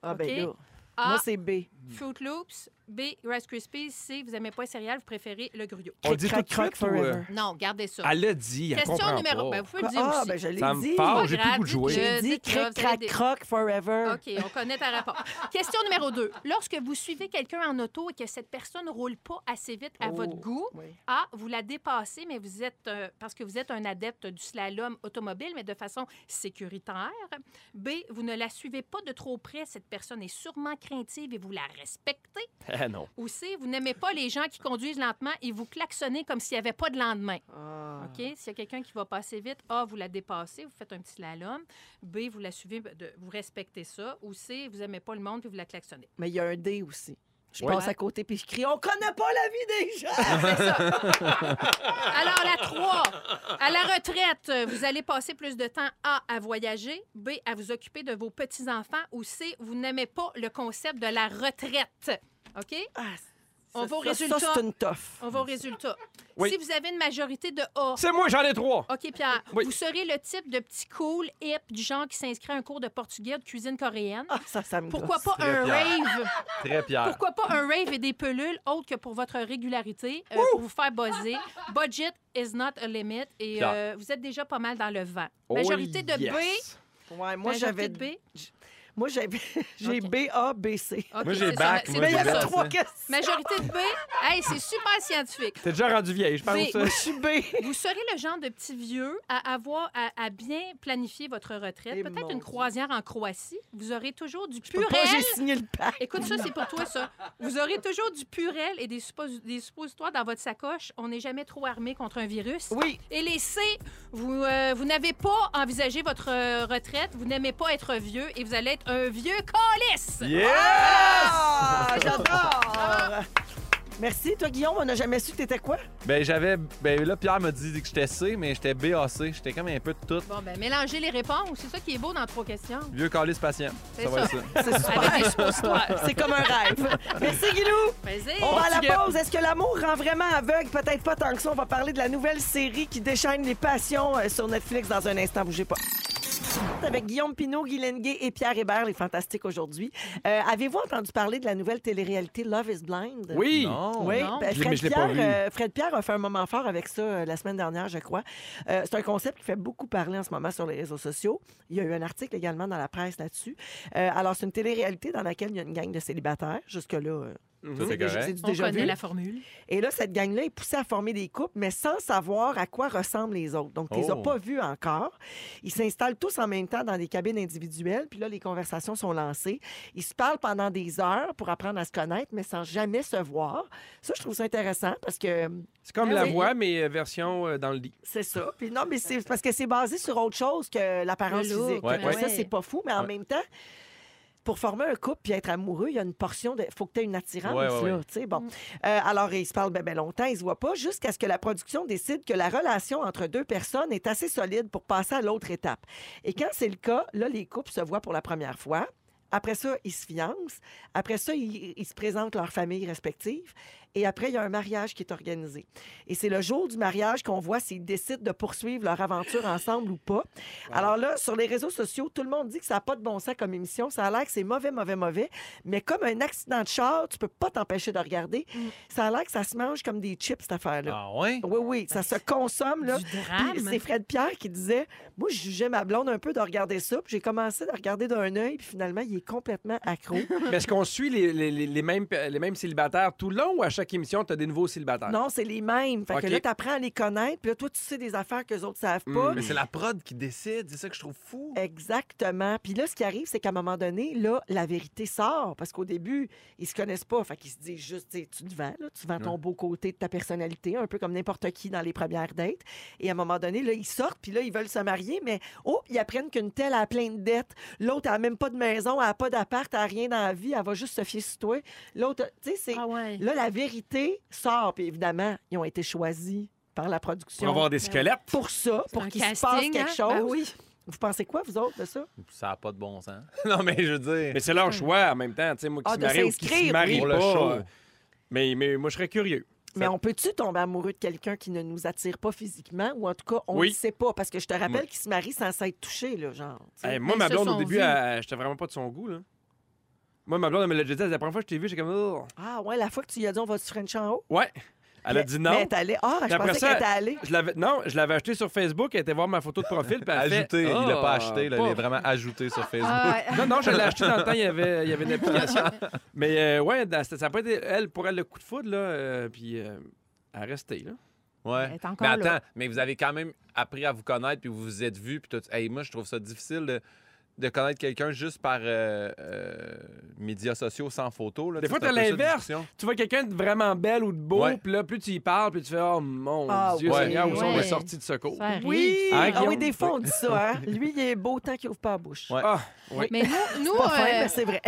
Ah, ben
OK.
là.
A,
Moi, c'est B.
Mm. Fruit Loops. B, Rice Krispies. C, vous aimez pas les céréales, vous préférez le gruyot.
On le dit tout
Crac,
de
crac,
suite ou, euh,
forever.
[LAUGHS] Non, gardez ça.
Elle l'a dit, elle
Question
comprend
numéro
pas.
ben, vous pouvez le dire
ah,
aussi.
ben je l'ai
Ça me
dit.
parle,
Pas
j'ai plus
grave,
le goût de jouer.
dites-le.
J'ai
Euh,
dit
dites-le, vous
crac,
avez
crac, croc
des-
forever.
OK, on connaît ta réponse. Question numéro 2. Lorsque vous suivez quelqu'un en auto et que cette personne ne roule pas assez vite à
Oh,
votre goût,
oui.
A, vous la dépassez, mais vous êtes, euh, parce que vous êtes un adepte du slalom automobile, mais de façon sécuritaire. B, vous ne la suivez pas de trop près. Cette personne est sûrement craintive et vous la respectez.
Ah non.
Ou C, vous n'aimez pas les gens qui conduisent lentement et vous klaxonnez comme s'il n'y avait pas de lendemain.
Ah.
OK? S'il y a quelqu'un qui va passer vite, A, vous la dépassez, vous faites un petit slalom. B, vous la suivez, de- vous respectez ça. Ou C, vous n'aimez pas le monde puis vous la klaxonnez.
Mais il y a un D aussi. Je
Ouais.
passe à côté puis je crie On connaît pas la vie des gens!
C'est ça. Alors, la 3. À la retraite, vous allez passer plus de temps A, à voyager, B, à vous occuper de vos petits-enfants, ou C, vous n'aimez pas le concept de la retraite. OK?
Ah, ça,
On va au
ça,
résultat.
Ça, c'est une toffe.
On va au résultat.
Oui.
Si vous avez une majorité de A,
C'est moi, j'en ai trois.
OK, Pierre,
Oui.
vous serez le type de petit cool hip du genre qui s'inscrit à un cours de portugais ou de cuisine coréenne.
Ah, ça, ça me
Pourquoi
gosse.
pas un
Pierre.
rave?
Très Pierre.
Pourquoi pas un rave et des pelules autres que pour votre régularité, euh, pour vous faire buzzer? Budget is not a limit et
Pierre.
euh, vous êtes déjà pas mal dans le vent.
Oh,
Majorité de B.
Ouais, moi,
majorité
j'avais.
de B.
Moi, j'avais. [LAUGHS] J'ai
Ok.
B, A, B, C.
OK,
Moi, j'ai
c'est
bac,
ça,
moi,
c'est
Mais il y
j'ai
ça.
avait
bac.
trois questions.
Majorité de B. Hey, c'est super scientifique.
T'es déjà rendu vieille, je
Mais-
pense.
Moi, je suis B.
Vous serez le genre de petit vieux à avoir à, à bien planifier votre
Et
retraite,
Eh mon
peut-être une
Dieu.
croisière en Croatie. Vous aurez toujours du
Peux pas,
purel.
J'ai signé le pack.
Écoute, ça, c'est pour toi, ça. Vous aurez toujours du purel et des, suppos- des suppositoires dans votre sacoche. On n'est jamais trop armé contre un virus.
Oui.
Et les C, vous, euh, vous n'avez pas envisagé votre euh, retraite, vous n'aimez pas être vieux et vous allez être un vieux calice!
Ah, j'adore! Merci. Toi, Guillaume, on n'a jamais su que t'étais quoi?
Ben j'avais. Ben là, Pierre m'a dit que j'étais C, mais j'étais BAC. J'étais comme un peu de tout.
Bon, ben mélangez les réponses. C'est ça qui est beau dans trois questions.
Vieux calice patient.
C'est
Ça va être ça.
ça.
C'est super.
Avec des suppositoires.
C'est comme un rêve. Merci, Guilou.
Vas-y.
On va à la
Portugais.
pause. Est-ce que l'amour rend vraiment aveugle? Peut-être pas tant que ça. On va parler de la nouvelle série qui déchaîne les passions euh, sur Netflix dans un instant. Bougez pas. Avec Guillaume Pinot, Guy Lenguet et Pierre Hébert, les fantastiques aujourd'hui. Euh, Avez-vous entendu parler de la nouvelle télé-réalité Love is Blind?
[LAUGHS] Oui.
Non.
Oui,
non.
ben,
Je l'ai- mais
Fred,
je l'ai pas
Pierre,
vu.
euh, Fred Pierre a fait un moment fort avec ça euh, la semaine dernière, je crois. Euh, c'est un concept qui fait beaucoup parler en ce moment sur les réseaux sociaux. Il y a eu un article également dans la presse là-dessus. Euh, alors, c'est une télé-réalité dans laquelle il y a une gang de célibataires. Jusque-là, euh,
Mhm. ben,
Ça, c'est
c'est déjà,
correct.
du
On
déjà
connaît
vu.
la formule.
Et là, cette gang-là est poussée à former des couples, mais sans savoir à quoi ressemblent les autres. Donc, tu les as
Oh.
pas vus encore. Ils s'installent tous en même temps dans des cabines individuelles, puis là, les conversations sont lancées. Ils se parlent pendant des heures pour apprendre à se connaître, mais sans jamais se voir. Ça, je trouve ça intéressant parce que hum,
C'est comme
Ah
la
oui.
voix, mais euh, version euh, dans le
[LAUGHS]
lit.
c'est ça. Puis non, mais c'est parce que c'est basé sur autre chose que l'apparence
Le look,
physique.
Ouais,
Donc,
ouais.
Ça, c'est pas fou, mais en
Ouais.
même temps, pour former un couple puis être amoureux, il y a une portion de. faut que tu aies une attirance,
Ouais, ouais,
là.
ouais.
tu sais,
Mm.
Bon. Euh, alors, ils se parlent bien longtemps, ils se voient pas, jusqu'à ce que la production décide que la relation entre deux personnes est assez solide pour passer à l'autre étape. Et quand c'est le cas, là, les couples se voient pour la première fois. Après ça, ils se fiancent. Après ça, ils, ils se présentent leurs familles respectives. Et après, il y a un mariage qui est organisé. Et c'est le jour du mariage qu'on voit s'ils décident de poursuivre leur aventure ensemble ou pas. Alors là, sur les réseaux sociaux, tout le monde dit que ça n'a pas de bon sens comme émission. Ça a l'air que c'est mauvais, mauvais, mauvais. Mais comme un accident de char, tu peux pas t'empêcher de regarder. Ça a l'air que ça se mange comme des chips, cette affaire-là.
Ah ouais?
Oui, oui, ça se consomme, là.
Du
Puis
drame.
C'est Fred Pierre qui disait Moi, je jugeais ma blonde un peu de regarder ça. Puis j'ai commencé à regarder d'un œil, puis finalement, il est complètement accro.
Mais est-ce qu'on suit les, les- les- les mêmes, euh, les mêmes célibataires tout le long ou à chaque émission, t'as des nouveaux célibataires?
non, c'est les mêmes. Fait
Ah. OK.
que là, t'apprends à les connaître, puis là, toi, tu sais des affaires que les autres savent
Hmm.
pas.
Mais c'est la prod qui décide, c'est ça que je trouve fou.
Eh.
Exactement. Puis là, ce qui arrive, c'est qu'à un moment donné, là, la vérité sort. Parce qu'au début, ils se connaissent pas. Fait qu'ils se disent juste, tu sais, tu te vends, là, tu vends ton beau côté de ta personnalité, un peu comme n'importe qui dans les premières dates. Et à un moment donné, là, ils sortent, puis là, ils veulent se marier, mais oh, ils apprennent qu'une telle a plein de dettes. L'autre a même pas de maison, elle a pas d'appart, elle a rien dans la vie, elle va juste se fier sur toi. L'autre, tu sais, c'est.
Ah ouais.
Là, la vérité sort. Puis évidemment, ils ont été choisis par la production.
Pour avoir des squelettes?
Pour ça, pour
un
qu'il se passe
casting,
quelque
hein?
chose.
Ben
Vous pensez quoi, vous autres, de ça?
Ça n'a pas de bon sens. [LAUGHS] non, mais je veux dire.
Mais c'est leur choix en même temps, tu sais, moi qui
Ah,
se
de
marie ou qui
s'inscrire,
se marie
oui. Pour
pas.
le show.
euh, Mais, mais moi, je serais curieux.
Mais on peut-tu tomber amoureux de quelqu'un qui ne nous attire pas physiquement ou en tout cas, on ne
Oui.
le sait pas? Parce que je te rappelle
Oui.
qu'il se marie sans s'être touché, là, genre. tu sais.
Hey, moi,
Elles
ma
se
blonde,
sont
au début,
vues.
elle- j'étais vraiment pas de son goût. Là. Moi, ma blonde, elle me l'a déjà dit. elle dit, La première fois que je t'ai vu, j'étais comme. Oh.
Ah, ouais, la fois que tu lui as dit on va se French en haut?
Ouais. Elle a
Mais-
dit non.
Mais elle est allée. Ah, je
après
pensais
ça,
qu'elle était allée.
Je l'avais- non, je l'avais acheté sur Facebook. Elle était voir ma photo de profil. Puis elle fait,
Ajouté, il l'a pas
Ah,
acheté, là,
pas-
il est vraiment ajouté sur Facebook.
Ah, ouais.
Non, non, je l'ai acheté dans le temps, il y avait, il y avait une application.
[LAUGHS]
Mais euh, ouais, dans- ça n'a pas été, elle, pour elle, le coup de foudre, là, euh, puis euh, elle est restée, là.
Elle
Ouais.
est encore
Mais
là.
attends, mais vous avez quand même appris à vous connaître, puis vous vous êtes vus, puis tout. Hey, moi, je trouve ça difficile de, de connaître quelqu'un juste par euh, euh, médias sociaux sans photo. Là,
Des
Tu sais,
fois,
c'est
t'as
un peu ça,
l'inverse.
discussion.
Tu vois quelqu'un de vraiment belle ou de beau,
Ouais.
puis là, plus tu y parles, plus tu fais « Oh mon
Ah,
Dieu
ouais.
Seigneur, où sont
Ouais.
les sorties de secours?
Ça arrive.
Oui!
Hein,
ah oui,
Guillaume?
des fois, on dit
[LAUGHS]
ça. Hein? Lui, il est beau tant qu'il ouvre pas la bouche.
Ouais. »
Ah, oui.
Mais nous, nous
Pas fin,
euh,
mais c'est vrai.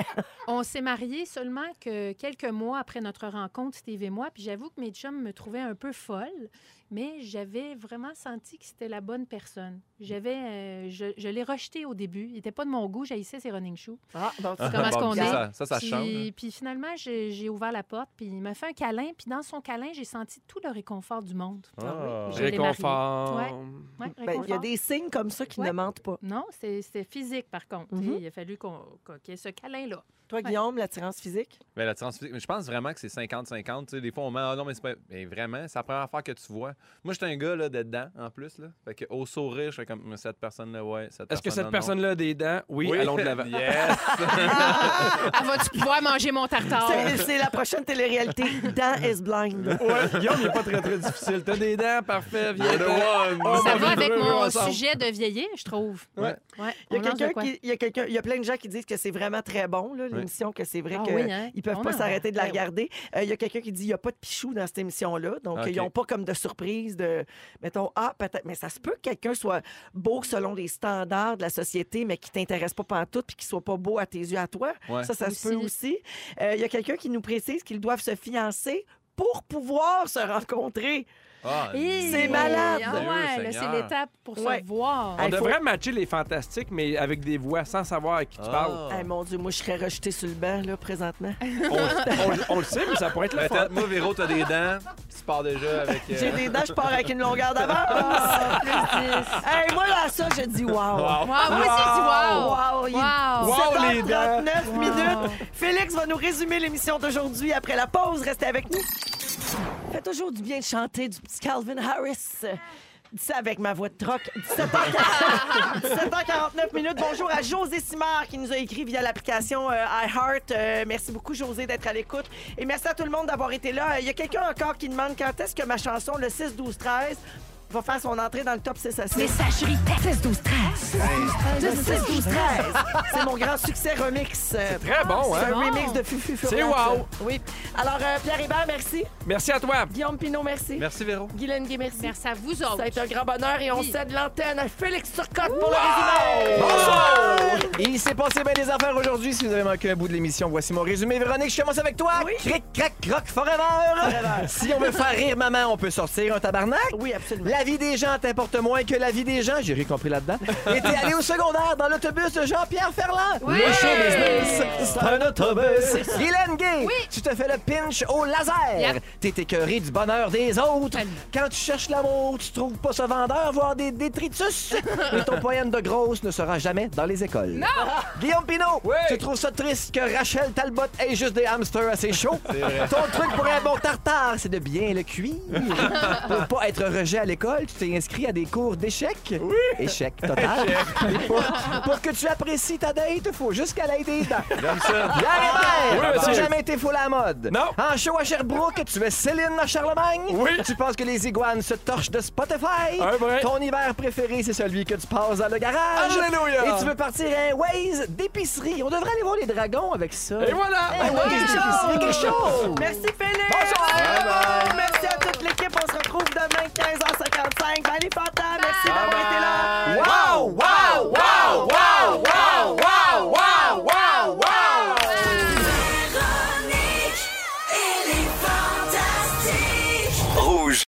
on s'est mariés seulement que quelques mois après notre rencontre, Steve et moi. Puis j'avoue que mes chums me trouvaient un peu folle, mais j'avais vraiment senti que c'était la bonne personne. J'avais, euh, je, je l'ai rejeté au début. Il n'était pas de mon goût. J'haïssais ses running shoes.
Ah, donc, [LAUGHS]
C'est comment est-ce
Bon,
qu'on
ça,
est?
Ça, ça, ça
puis,
change. hein.
puis finalement, j'ai j'ai ouvert la porte, puis il m'a fait un câlin, puis dans son câlin, j'ai senti tout le réconfort du monde.
Ah.
Je l'ai marié.
Réconfort.
Ouais. Ouais,
ben, il y a
réconfort.
des signes comme ça qui
Ouais.
ne mentent pas.
Non, c'est- c'était physique, par contre.
Mhm.
Il a fallu qu'on qu'on- qu'il y ait ce câlin-là.
Toi, Guillaume, l'attirance physique?
Mais ben, la transfusion- mais je pense vraiment que c'est 50-50. tu sais, Des fois, on met Ah non, mais c'est pas. Mais vraiment, c'est la première affaire que tu vois. Moi, j'étais un gars là, de dedans, en plus. Là. Fait que au sourire, je fais comme Mais cette personne-là, ouais. Cette
Est-ce que cette
personne-là, non.
personne-là a des dents? Oui, allons de
[LAUGHS]
l'avant.
yes!
Ah, vas-tu pouvoir manger mon tartare?
Ah.
C'est c'est la
[LAUGHS]
prochaine télé-réalité. Dans is blind.
Ouais, Guillaume, il n'est pas très, très difficile. T'as des dents, parfait, viens. [LAUGHS]
one!
on
Ça va
va vivre
avec mon
ensemble.
sujet de vieillir, je trouve.
Ouais.
Ouais,
Il y a
on lance de
quelqu'un
quoi?
qui- il y a quelqu'un, il y a plein de gens qui disent que c'est vraiment très bon là, l'émission, que c'est vrai
Ah
qu'ils
oui, hein?
ils peuvent
On
pas
en-
s'arrêter de la
Ben oui.
regarder. Euh, il y a quelqu'un qui dit il y a pas de pichou dans cette émission là, donc
Ah, Ok.
ils ont pas comme de surprise de mettons ah peut-être mais ça se peut que quelqu'un soit beau selon les standards de la société mais qui t'intéresse pas pantoute puis qui soit pas beau à tes yeux à toi.
Ouais.
Ça ça se peut
Aussi.
aussi. Euh, il y a quelqu'un qui nous précise qu'ils doivent se fiancer pour pouvoir se rencontrer.
Ah,
Hey!
C'est malade.
Ah ouais,
Dieu
là, c'est
Seigneur.
l'étape pour
Ouais.
se voir.
On
Hey, faut-
devrait matcher les fantastiques, mais avec des voix, sans savoir à qui tu
Ah.
parles.
Hey, Eh, mon Dieu, moi je serais rejetée sur le banc
[LAUGHS]
là présentement.
On, on le sait, mais ça pourrait être le
Ben,
fun.
t'as- moi, Véro, t'as des dents. Tu pars déjà avec. euh,
J'ai des dents, je pars avec une longueur d'avance.
Ah, [LAUGHS] plus dix.
Hey, moi, là, ça, je dis wow.
Wow, moi aussi,
Wow, il
Wow.
est
Wow,
17h39
les dents.
Wow.
minutes. Félix va nous résumer l'émission d'aujourd'hui après la pause. Restez avec nous. Fait toujours du bien de chanter du petit Calvin Harris. Dis ça avec ma voix de troc. 17h49 17h49 minutes. Bonjour à José Simard qui nous a écrit via l'application euh, iHeart. Euh, merci beaucoup, José, d'être à l'écoute. Et merci à tout le monde d'avoir été là. Euh, Il y a quelqu'un encore qui demande quand est-ce que ma chanson, le 6-12-13, va faire son entrée dans le top 6 à 6.
Messagerie texte.
12 13 C'est mon grand succès remix. Euh,
Très bon, hein?
C'est un
bon.
remix de Fufu Furlante.
C'est wow.
Oui. Alors, euh, Pierre Hébert, merci.
Merci à toi.
Guillaume Pinot, merci.
Merci, Véro.
Guylaine Gay, merci.
Merci à vous
Ça
autres.
Oh,
a été un grand bonheur et on
Oui.
cède l'antenne à Félix Turcotte pour le résumé.
Il s'est passé bien des affaires aujourd'hui. Si vous avez manqué un bout de l'émission, voici mon résumé. Véronique, je commence avec toi.
Oui.
Cric, crac, croc, forever.
[LAUGHS]
Si on veut faire rire maman, on peut sortir un tabarnak.
Oui, absolument.
La vie des gens t'importe moins que la vie des gens. J'ai rien
[LAUGHS]
compris là-dedans. Et t'es allé au secondaire dans l'autobus de Jean-Pierre Ferland. Le show business, c'est un autobus. Guylaine Gay, tu te fais le pinch au laser.
Yep.
T'es écœuré du bonheur des autres.
Tellement.
Quand tu cherches l'amour, tu trouves pas ce vendeur, voire des détritus. Et ton poème de grosse ne sera jamais dans les écoles. Guillaume Pinot, tu trouves ça triste que Rachel Talbot ait juste des hamsters assez chauds? Ton truc pour un bon tartare, c'est de bien le cuire. pour pas être rejet à l'école, tu t'es inscrit à des cours d'échecs. Oui. Échec total. Et pour, pour que tu apprécies ta date, faut juste qu'elle ait des dents.
J'aime ça.
Pierre Hébert,
Oui,
t'as
monsieur.
jamais été full à la mode.
Non.
En show à Sherbrooke, tu es Céline à Charlemagne.
Oui.
Tu penses que les iguanes se torchent de Spotify.
Un vrai.
Ton hiver préféré, c'est celui que tu passes dans le garage.
Alléluia.
Et tu veux partir à un Waze d'épicerie. On devrait aller voir les dragons avec ça.
Et voilà.
Un Waze d'épicerie, quelque chose.
Merci, Félix. Merci à toute l'équipe. On se retrouve demain, 15h55. Ben, les fantasmes, merci d'avoir été là.
Wow, wow,